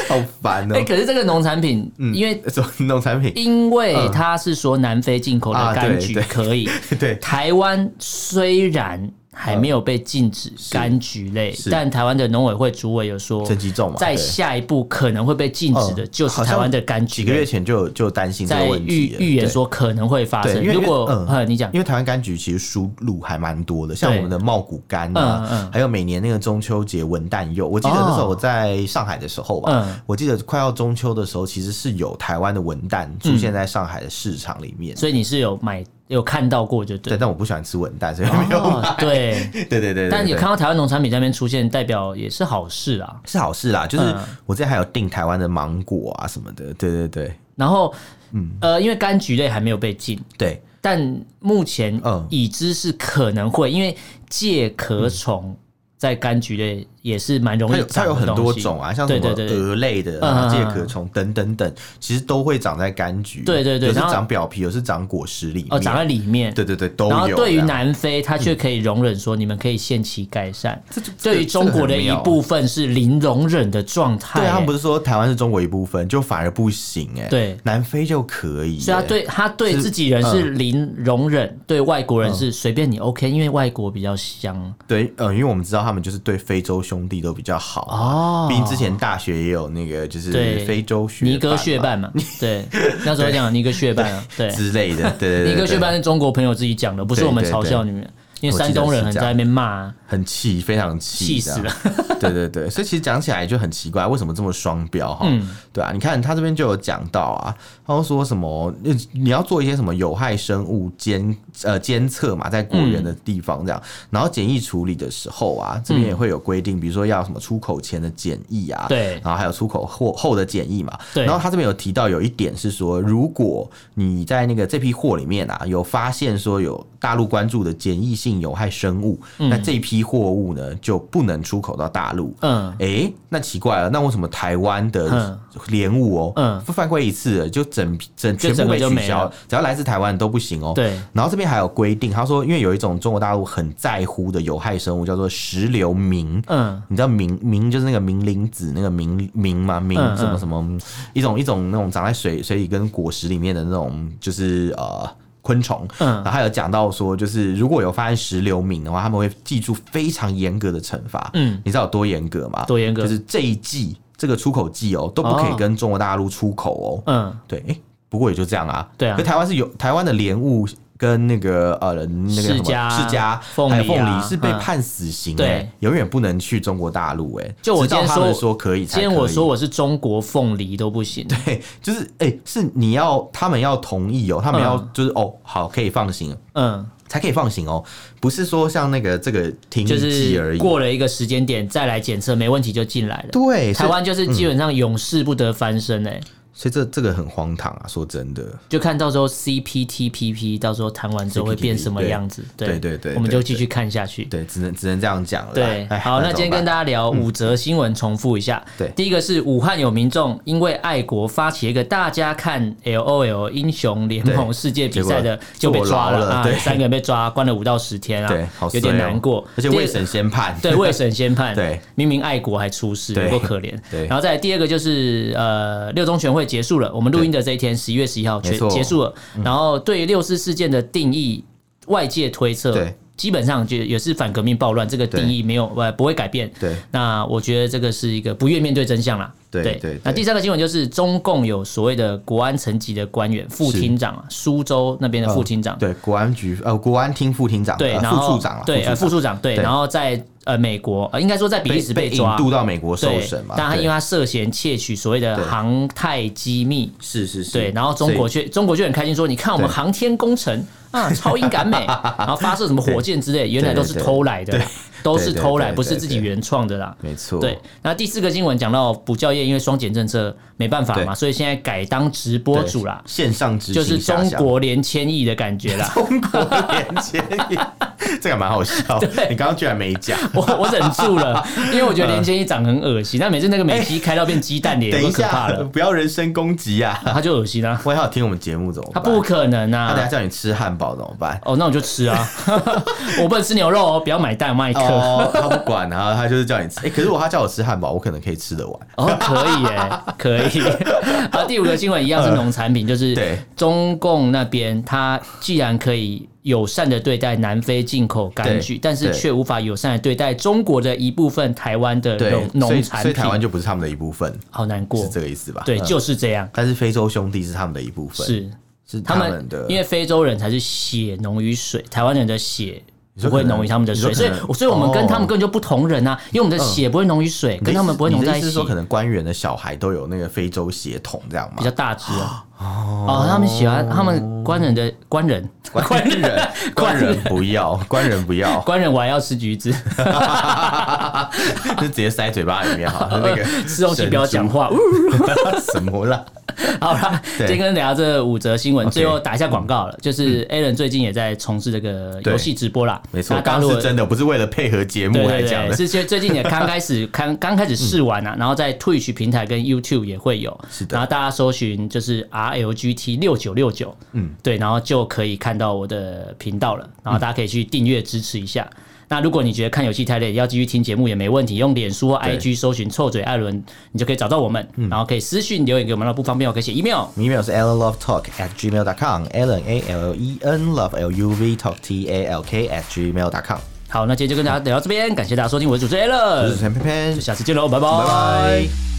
[SPEAKER 1] 好烦哦
[SPEAKER 2] 哎、。可是这个农产品，
[SPEAKER 1] 嗯
[SPEAKER 2] 因为
[SPEAKER 1] 什么农产品？
[SPEAKER 2] 因为它是说南非进口
[SPEAKER 1] 嗯
[SPEAKER 2] 的
[SPEAKER 1] 啊
[SPEAKER 2] 柑
[SPEAKER 1] 对
[SPEAKER 2] 橘
[SPEAKER 1] 对
[SPEAKER 2] 可以，
[SPEAKER 1] 对，
[SPEAKER 2] 台湾虽然还没有被禁止柑橘类，
[SPEAKER 1] 是
[SPEAKER 2] 但台湾的农委会主委有说，
[SPEAKER 1] 趁机种嘛
[SPEAKER 2] 在
[SPEAKER 1] 对
[SPEAKER 2] 下一步可能会被禁止的
[SPEAKER 1] 嗯
[SPEAKER 2] 就是台湾的柑
[SPEAKER 1] 几
[SPEAKER 2] 橘
[SPEAKER 1] 个月
[SPEAKER 2] 类，
[SPEAKER 1] 前就有就有担心这
[SPEAKER 2] 在
[SPEAKER 1] 个问
[SPEAKER 2] 预
[SPEAKER 1] 题了，
[SPEAKER 2] 预言
[SPEAKER 1] 对。
[SPEAKER 2] 说可能会发
[SPEAKER 1] 对
[SPEAKER 2] 生。
[SPEAKER 1] 因为
[SPEAKER 2] 如果
[SPEAKER 1] 因为嗯
[SPEAKER 2] 呃，你讲
[SPEAKER 1] 因为台湾柑橘其实输入还蛮多的，像
[SPEAKER 2] 对
[SPEAKER 1] 我们的茂谷柑啊，
[SPEAKER 2] 嗯嗯
[SPEAKER 1] 还有每年那个中秋节文旦柚，我记得
[SPEAKER 2] 哦
[SPEAKER 1] 那时候我在上海的时候吧，
[SPEAKER 2] 嗯
[SPEAKER 1] 我记得快要中秋的时候，其实是有台湾的文旦出
[SPEAKER 2] 嗯
[SPEAKER 1] 现在上海的市场里面，
[SPEAKER 2] 所以你是有买有看到过就对
[SPEAKER 1] 对，
[SPEAKER 2] 了。
[SPEAKER 1] 但我不喜欢吃文旦，所以没有买。
[SPEAKER 2] 哦对，
[SPEAKER 1] 对对对对，
[SPEAKER 2] 但有
[SPEAKER 1] 对
[SPEAKER 2] 看到台湾农产品在那边出现，代表也是好事啊。
[SPEAKER 1] 是好事啦，就是
[SPEAKER 2] 嗯
[SPEAKER 1] 我之前还有订台湾的芒果啊什么的，对对对
[SPEAKER 2] 然后，
[SPEAKER 1] 嗯
[SPEAKER 2] 呃，因为柑橘类还没有被禁，
[SPEAKER 1] 对，
[SPEAKER 2] 但目前
[SPEAKER 1] 嗯
[SPEAKER 2] 已知是可能会，因为介壳虫在柑橘类也是蛮容
[SPEAKER 1] 它
[SPEAKER 2] 易
[SPEAKER 1] 有它
[SPEAKER 2] 长
[SPEAKER 1] 有
[SPEAKER 2] 的
[SPEAKER 1] 很多
[SPEAKER 2] 东西
[SPEAKER 1] 种啊，像什
[SPEAKER 2] 对
[SPEAKER 1] 么
[SPEAKER 2] 对对对
[SPEAKER 1] 蛾类的、
[SPEAKER 2] 嗯嗯嗯
[SPEAKER 1] 啊、介壳虫等等等，其实都会长在柑橘。
[SPEAKER 2] 对对对
[SPEAKER 1] 有是
[SPEAKER 2] 然后
[SPEAKER 1] 长表皮，有是长果实里面。
[SPEAKER 2] 哦，长在里面。
[SPEAKER 1] 对对对，都有
[SPEAKER 2] 然
[SPEAKER 1] 啦。
[SPEAKER 2] 后对于南非，它却可以容忍说你们可以限期改善，
[SPEAKER 1] 嗯
[SPEAKER 2] 对于中国的一部分是零容忍的状态。
[SPEAKER 1] 对他啊们不
[SPEAKER 2] 是，
[SPEAKER 1] 是说台湾是中国一部分，就反而不行哎、
[SPEAKER 2] 对
[SPEAKER 1] 南非就可以、欸。
[SPEAKER 2] 所以他对他对自己人
[SPEAKER 1] 嗯
[SPEAKER 2] 是零容忍，对外国人是随便你 OK，因为外国比较香。
[SPEAKER 1] 对，呃，因为我们知道他们就是对非洲兄弟都比较好啊
[SPEAKER 2] 哦
[SPEAKER 1] 毕竟之前大学也有那个就是
[SPEAKER 2] 对
[SPEAKER 1] 非洲学
[SPEAKER 2] 尼哥
[SPEAKER 1] 嘛
[SPEAKER 2] 血斑 嘛，对，那时候讲尼哥血斑啊，对，
[SPEAKER 1] 之类的，对对对对
[SPEAKER 2] 尼哥血
[SPEAKER 1] 对
[SPEAKER 2] 斑是中国朋友自己讲的，不是我们嘲笑你们，因为山东人很在那边骂啊，
[SPEAKER 1] 很气，非常气，
[SPEAKER 2] 气死了。
[SPEAKER 1] 对对对，所以其实讲起来就很奇怪，为什么这么双标哈？
[SPEAKER 2] 嗯
[SPEAKER 1] 对啊，你看他这边就有讲到啊，他后说什么呃你要做一些什么有害生物监呃监测嘛，在果园
[SPEAKER 2] 嗯
[SPEAKER 1] 的地方这样，然后检疫处理的时候啊，这边也会有规定，比如说要什么出口前的检疫啊，
[SPEAKER 2] 对
[SPEAKER 1] 然后还有出口后后的检疫嘛，
[SPEAKER 2] 对
[SPEAKER 1] 然后他这边有提到有一点是说，如果你在那个这批货里面啊，有发现说有大陆关注的检疫性有害生物，那这批货物呢就不能出口到大陆。
[SPEAKER 2] 嗯，
[SPEAKER 1] 诶，那奇怪了，那为什么台湾的莲雾哦，
[SPEAKER 2] 嗯
[SPEAKER 1] 犯规一次了就整整
[SPEAKER 2] 就
[SPEAKER 1] 全部
[SPEAKER 2] 整个
[SPEAKER 1] 被
[SPEAKER 2] 就
[SPEAKER 1] 取
[SPEAKER 2] 没
[SPEAKER 1] 消
[SPEAKER 2] 了，
[SPEAKER 1] 只要来自台湾都不行哦。
[SPEAKER 2] 对
[SPEAKER 1] 然后这边还有规定，他说因为有一种中国大陆很在乎的有害生物叫做石榴明，
[SPEAKER 2] 嗯，
[SPEAKER 1] 你知道明明就是那个明灵子那个明明嘛明
[SPEAKER 2] 嗯嗯
[SPEAKER 1] 什么什么一种一种那种长在水水里跟果实里面的那种就是呃。昆虫，
[SPEAKER 2] 嗯
[SPEAKER 1] 然后还有讲到说，就是如果有发现石榴敏的话，他们会记住非常严格的惩罚。
[SPEAKER 2] 嗯，
[SPEAKER 1] 你知道有多严格吗？
[SPEAKER 2] 多严格
[SPEAKER 1] 就是这一季这个出口季哦，都不可以
[SPEAKER 2] 哦
[SPEAKER 1] 跟中国大陆出口哦。
[SPEAKER 2] 嗯，
[SPEAKER 1] 对，哎，不过也就这样啊。
[SPEAKER 2] 对啊
[SPEAKER 1] 可台湾是有台湾的莲雾跟那个呃那个什么
[SPEAKER 2] 世家
[SPEAKER 1] 世家
[SPEAKER 2] 凤梨啊
[SPEAKER 1] 还有凤梨是被
[SPEAKER 2] 嗯
[SPEAKER 1] 判死刑、欸，
[SPEAKER 2] 对
[SPEAKER 1] 永远不能去中国大陆、欸，哎，
[SPEAKER 2] 就我
[SPEAKER 1] 直
[SPEAKER 2] 今
[SPEAKER 1] 到
[SPEAKER 2] 天
[SPEAKER 1] 他
[SPEAKER 2] 说
[SPEAKER 1] 们说可以才可
[SPEAKER 2] 今
[SPEAKER 1] 以，
[SPEAKER 2] 天我说我是中国凤梨都不行，
[SPEAKER 1] 对，就是哎、欸是你要他们要同意哦、他们要就是、哦，好，可以放行了，
[SPEAKER 2] 嗯，
[SPEAKER 1] 才可以放行哦、不是说像那个这个停
[SPEAKER 2] 就
[SPEAKER 1] 剂而
[SPEAKER 2] 是
[SPEAKER 1] 已。
[SPEAKER 2] 过了一个时间点再来检测，没问题就进来了。
[SPEAKER 1] 对，嗯所
[SPEAKER 2] 台
[SPEAKER 1] 以
[SPEAKER 2] 湾就是基本上永世不得翻身哎、
[SPEAKER 1] 所以这这个很荒唐啊！说真的，
[SPEAKER 2] 就看到时候 CPTPP 到时候谈完之后会变什么样子。
[SPEAKER 1] 对对对
[SPEAKER 2] 我们就
[SPEAKER 1] 对
[SPEAKER 2] 继续看下去。
[SPEAKER 1] 对，只能只能这样讲了啦。
[SPEAKER 2] 对，
[SPEAKER 1] 哎
[SPEAKER 2] 好，那今天跟大
[SPEAKER 1] 家
[SPEAKER 2] 家聊五则新闻，重复一下。
[SPEAKER 1] 嗯对
[SPEAKER 2] 第一个是武汉有民众因为爱国发起一个大家看 LOL 英雄联盟
[SPEAKER 1] 对
[SPEAKER 2] 世界比赛的，
[SPEAKER 1] 结
[SPEAKER 2] 就
[SPEAKER 1] 果
[SPEAKER 2] 被抓
[SPEAKER 1] 坐牢了
[SPEAKER 2] 啊
[SPEAKER 1] 对，
[SPEAKER 2] 三个人被抓，关了五到十天
[SPEAKER 1] 对
[SPEAKER 2] 啊，，
[SPEAKER 1] 好衰
[SPEAKER 2] 有
[SPEAKER 1] 哦
[SPEAKER 2] 点难过。
[SPEAKER 1] 而且
[SPEAKER 2] 第二
[SPEAKER 1] 未审先判，
[SPEAKER 2] 对，未审先 判。
[SPEAKER 1] 对，
[SPEAKER 2] 明明爱国还出事，
[SPEAKER 1] 对
[SPEAKER 2] 有够可怜。
[SPEAKER 1] 对
[SPEAKER 2] 然后再来第二个就是呃，六中全会结束了，我们录音的这一天，十一月十一号
[SPEAKER 1] 没
[SPEAKER 2] 全
[SPEAKER 1] 错嗯
[SPEAKER 2] 结束了。然后对于六四事件的定义，外界推测
[SPEAKER 1] 对。
[SPEAKER 2] 基本上就也是反革命暴乱这个定义没有呃不会改变，
[SPEAKER 1] 对
[SPEAKER 2] 那我觉得这个是一个不愿面对真相啦。
[SPEAKER 1] 对对对
[SPEAKER 2] 那第三个新闻就是中共有所谓的国安层级的官员，副
[SPEAKER 1] 是嗯
[SPEAKER 2] 厅长啊，苏州那边的副厅长，
[SPEAKER 1] 对，国安局呃，国安厅副厅长，
[SPEAKER 2] 对，
[SPEAKER 1] 呃
[SPEAKER 2] 然后
[SPEAKER 1] 副处长啊
[SPEAKER 2] 对，呃副
[SPEAKER 1] 处长
[SPEAKER 2] 处长，对，
[SPEAKER 1] 对
[SPEAKER 2] 然后在呃美国，呃应该说在比利时
[SPEAKER 1] 被引
[SPEAKER 2] 抓，
[SPEAKER 1] 渡到美国受
[SPEAKER 2] 对
[SPEAKER 1] 审嘛，
[SPEAKER 2] 但他
[SPEAKER 1] 对
[SPEAKER 2] 因为他涉嫌窃取所谓的
[SPEAKER 1] 对
[SPEAKER 2] 航太机密。
[SPEAKER 1] 是是是，
[SPEAKER 2] 对，然后中国
[SPEAKER 1] 所
[SPEAKER 2] 却中国就很开心说，你看我们
[SPEAKER 1] 对
[SPEAKER 2] 航天工程啊，超英 赶美，然后发射什么火箭之类，原来都是
[SPEAKER 1] 对对
[SPEAKER 2] 偷来的啦，都是
[SPEAKER 1] 对对
[SPEAKER 2] 偷来，
[SPEAKER 1] 对
[SPEAKER 2] 不是
[SPEAKER 1] 对
[SPEAKER 2] 自己
[SPEAKER 1] 对
[SPEAKER 2] 原创的啦。
[SPEAKER 1] 以没错，
[SPEAKER 2] 对，那第四个新闻讲到补教业因为双减政策没办法嘛，
[SPEAKER 1] 对
[SPEAKER 2] 所以现在改当直播
[SPEAKER 1] 对
[SPEAKER 2] 主啦，
[SPEAKER 1] 线上执
[SPEAKER 2] 就是
[SPEAKER 1] 行下
[SPEAKER 2] 中
[SPEAKER 1] 乡
[SPEAKER 2] 国连千亿的感觉啦。
[SPEAKER 1] 中国连接， 这个蛮好笑。你刚刚居然没讲。
[SPEAKER 2] 我我忍住了，因为我觉得连千亿长很恶心，但每次那个美肌开到变鸡蛋 脸，
[SPEAKER 1] 嗯哎 等
[SPEAKER 2] 有
[SPEAKER 1] 一
[SPEAKER 2] 够可
[SPEAKER 1] 下
[SPEAKER 2] 怕了，，
[SPEAKER 1] 不要人身攻击啊！
[SPEAKER 2] 他就恶心啊，
[SPEAKER 1] 万一他有听我们节目怎么
[SPEAKER 2] 他
[SPEAKER 1] 办？
[SPEAKER 2] 不，可能
[SPEAKER 1] 他等下
[SPEAKER 2] 啊。
[SPEAKER 1] 叫你吃汉堡怎么办？
[SPEAKER 2] 哦，那我就吃啊， 我不能吃牛肉哦，不要买蛋麦克。
[SPEAKER 1] 哦，他不管啊，他就是叫你吃。哎，可是如果他叫我吃汉堡，我可能可以吃得完。
[SPEAKER 2] 哦，可以耶，可 以。啊，第五个新闻一样是农产品，就是
[SPEAKER 1] 嗯对
[SPEAKER 2] 中共那边，它既然可以友善的对待南非进口柑橘，
[SPEAKER 1] 对
[SPEAKER 2] 但是
[SPEAKER 1] 对
[SPEAKER 2] 却无法友善的对待中国的一部分台湾的
[SPEAKER 1] 对
[SPEAKER 2] 农，
[SPEAKER 1] 所以
[SPEAKER 2] 农产
[SPEAKER 1] 所以
[SPEAKER 2] 品，
[SPEAKER 1] 台湾就不是他们的一部分，
[SPEAKER 2] 好难过
[SPEAKER 1] 是。这个意思吧？
[SPEAKER 2] 对，
[SPEAKER 1] 嗯
[SPEAKER 2] 就是这样，
[SPEAKER 1] 但是非洲兄弟是他们的一部分，
[SPEAKER 2] 是
[SPEAKER 1] 是
[SPEAKER 2] 他
[SPEAKER 1] 们
[SPEAKER 2] 们
[SPEAKER 1] 的，
[SPEAKER 2] 因为非洲人才是血浓于水，台湾人的血。
[SPEAKER 1] 说
[SPEAKER 2] 不会
[SPEAKER 1] 可能
[SPEAKER 2] 浓于他们的
[SPEAKER 1] 你
[SPEAKER 2] 水，
[SPEAKER 1] 说
[SPEAKER 2] 所以
[SPEAKER 1] 可能
[SPEAKER 2] 所以我们跟他们
[SPEAKER 1] 哦
[SPEAKER 2] 根本就不同人啊，因为我们的血不会浓于水，
[SPEAKER 1] 你的
[SPEAKER 2] 跟他们不会
[SPEAKER 1] 意思
[SPEAKER 2] 浓在
[SPEAKER 1] 你的
[SPEAKER 2] 一
[SPEAKER 1] 意思
[SPEAKER 2] 起
[SPEAKER 1] 是。说可能官员的小孩都有那个非洲血统这样吗
[SPEAKER 2] 比较？大只啊。哦，他们喜欢他们官人的 官人，
[SPEAKER 1] 官人，官人不要，官人不要，
[SPEAKER 2] 官人我还要吃橘子，
[SPEAKER 1] 就直接塞嘴巴里面 好了，那个
[SPEAKER 2] 吃东西不要讲话。呜
[SPEAKER 1] 什么啦？
[SPEAKER 2] 好啦，
[SPEAKER 1] 对
[SPEAKER 2] 今天跟大家这五则新闻，
[SPEAKER 1] OK 嗯
[SPEAKER 2] 最后打一下广告了，就是 Alan 最近也在从事这个游戏直播啦，
[SPEAKER 1] 没错
[SPEAKER 2] 那，大家
[SPEAKER 1] 刚
[SPEAKER 2] 如
[SPEAKER 1] 刚
[SPEAKER 2] 果
[SPEAKER 1] 是真的，不是为了配合节
[SPEAKER 2] 对
[SPEAKER 1] 目来
[SPEAKER 2] 对
[SPEAKER 1] 讲
[SPEAKER 2] 对，
[SPEAKER 1] 的。
[SPEAKER 2] 是最最近也刚开始刚刚开始试玩啊，然后在 Twitch 平台跟 YouTube 也会有，
[SPEAKER 1] 是的
[SPEAKER 2] 然后大家搜寻就是 RLGT 六九六九，嗯，对，然后就可以看到我的频道了，然后大家可以去订阅支持一下。那如果你觉得看游戏太累，要继续听节目也没问题，用脸书或
[SPEAKER 1] 对
[SPEAKER 2] IG 搜寻“臭嘴艾伦”，你就可以找到我们，然后可以私讯留言给我们，那不方便我可以写 email。
[SPEAKER 1] email 是 allenlovetalk at gmail dot com，allen a l e n love l u v talk t a l k at gmail dot com。
[SPEAKER 2] 呃好，那今天就跟大家聊到这边，感谢大家收听，我是主持人 a l
[SPEAKER 1] 我是
[SPEAKER 2] n
[SPEAKER 1] 陈偏偏，
[SPEAKER 2] 下次见喽，拜
[SPEAKER 1] 拜拜。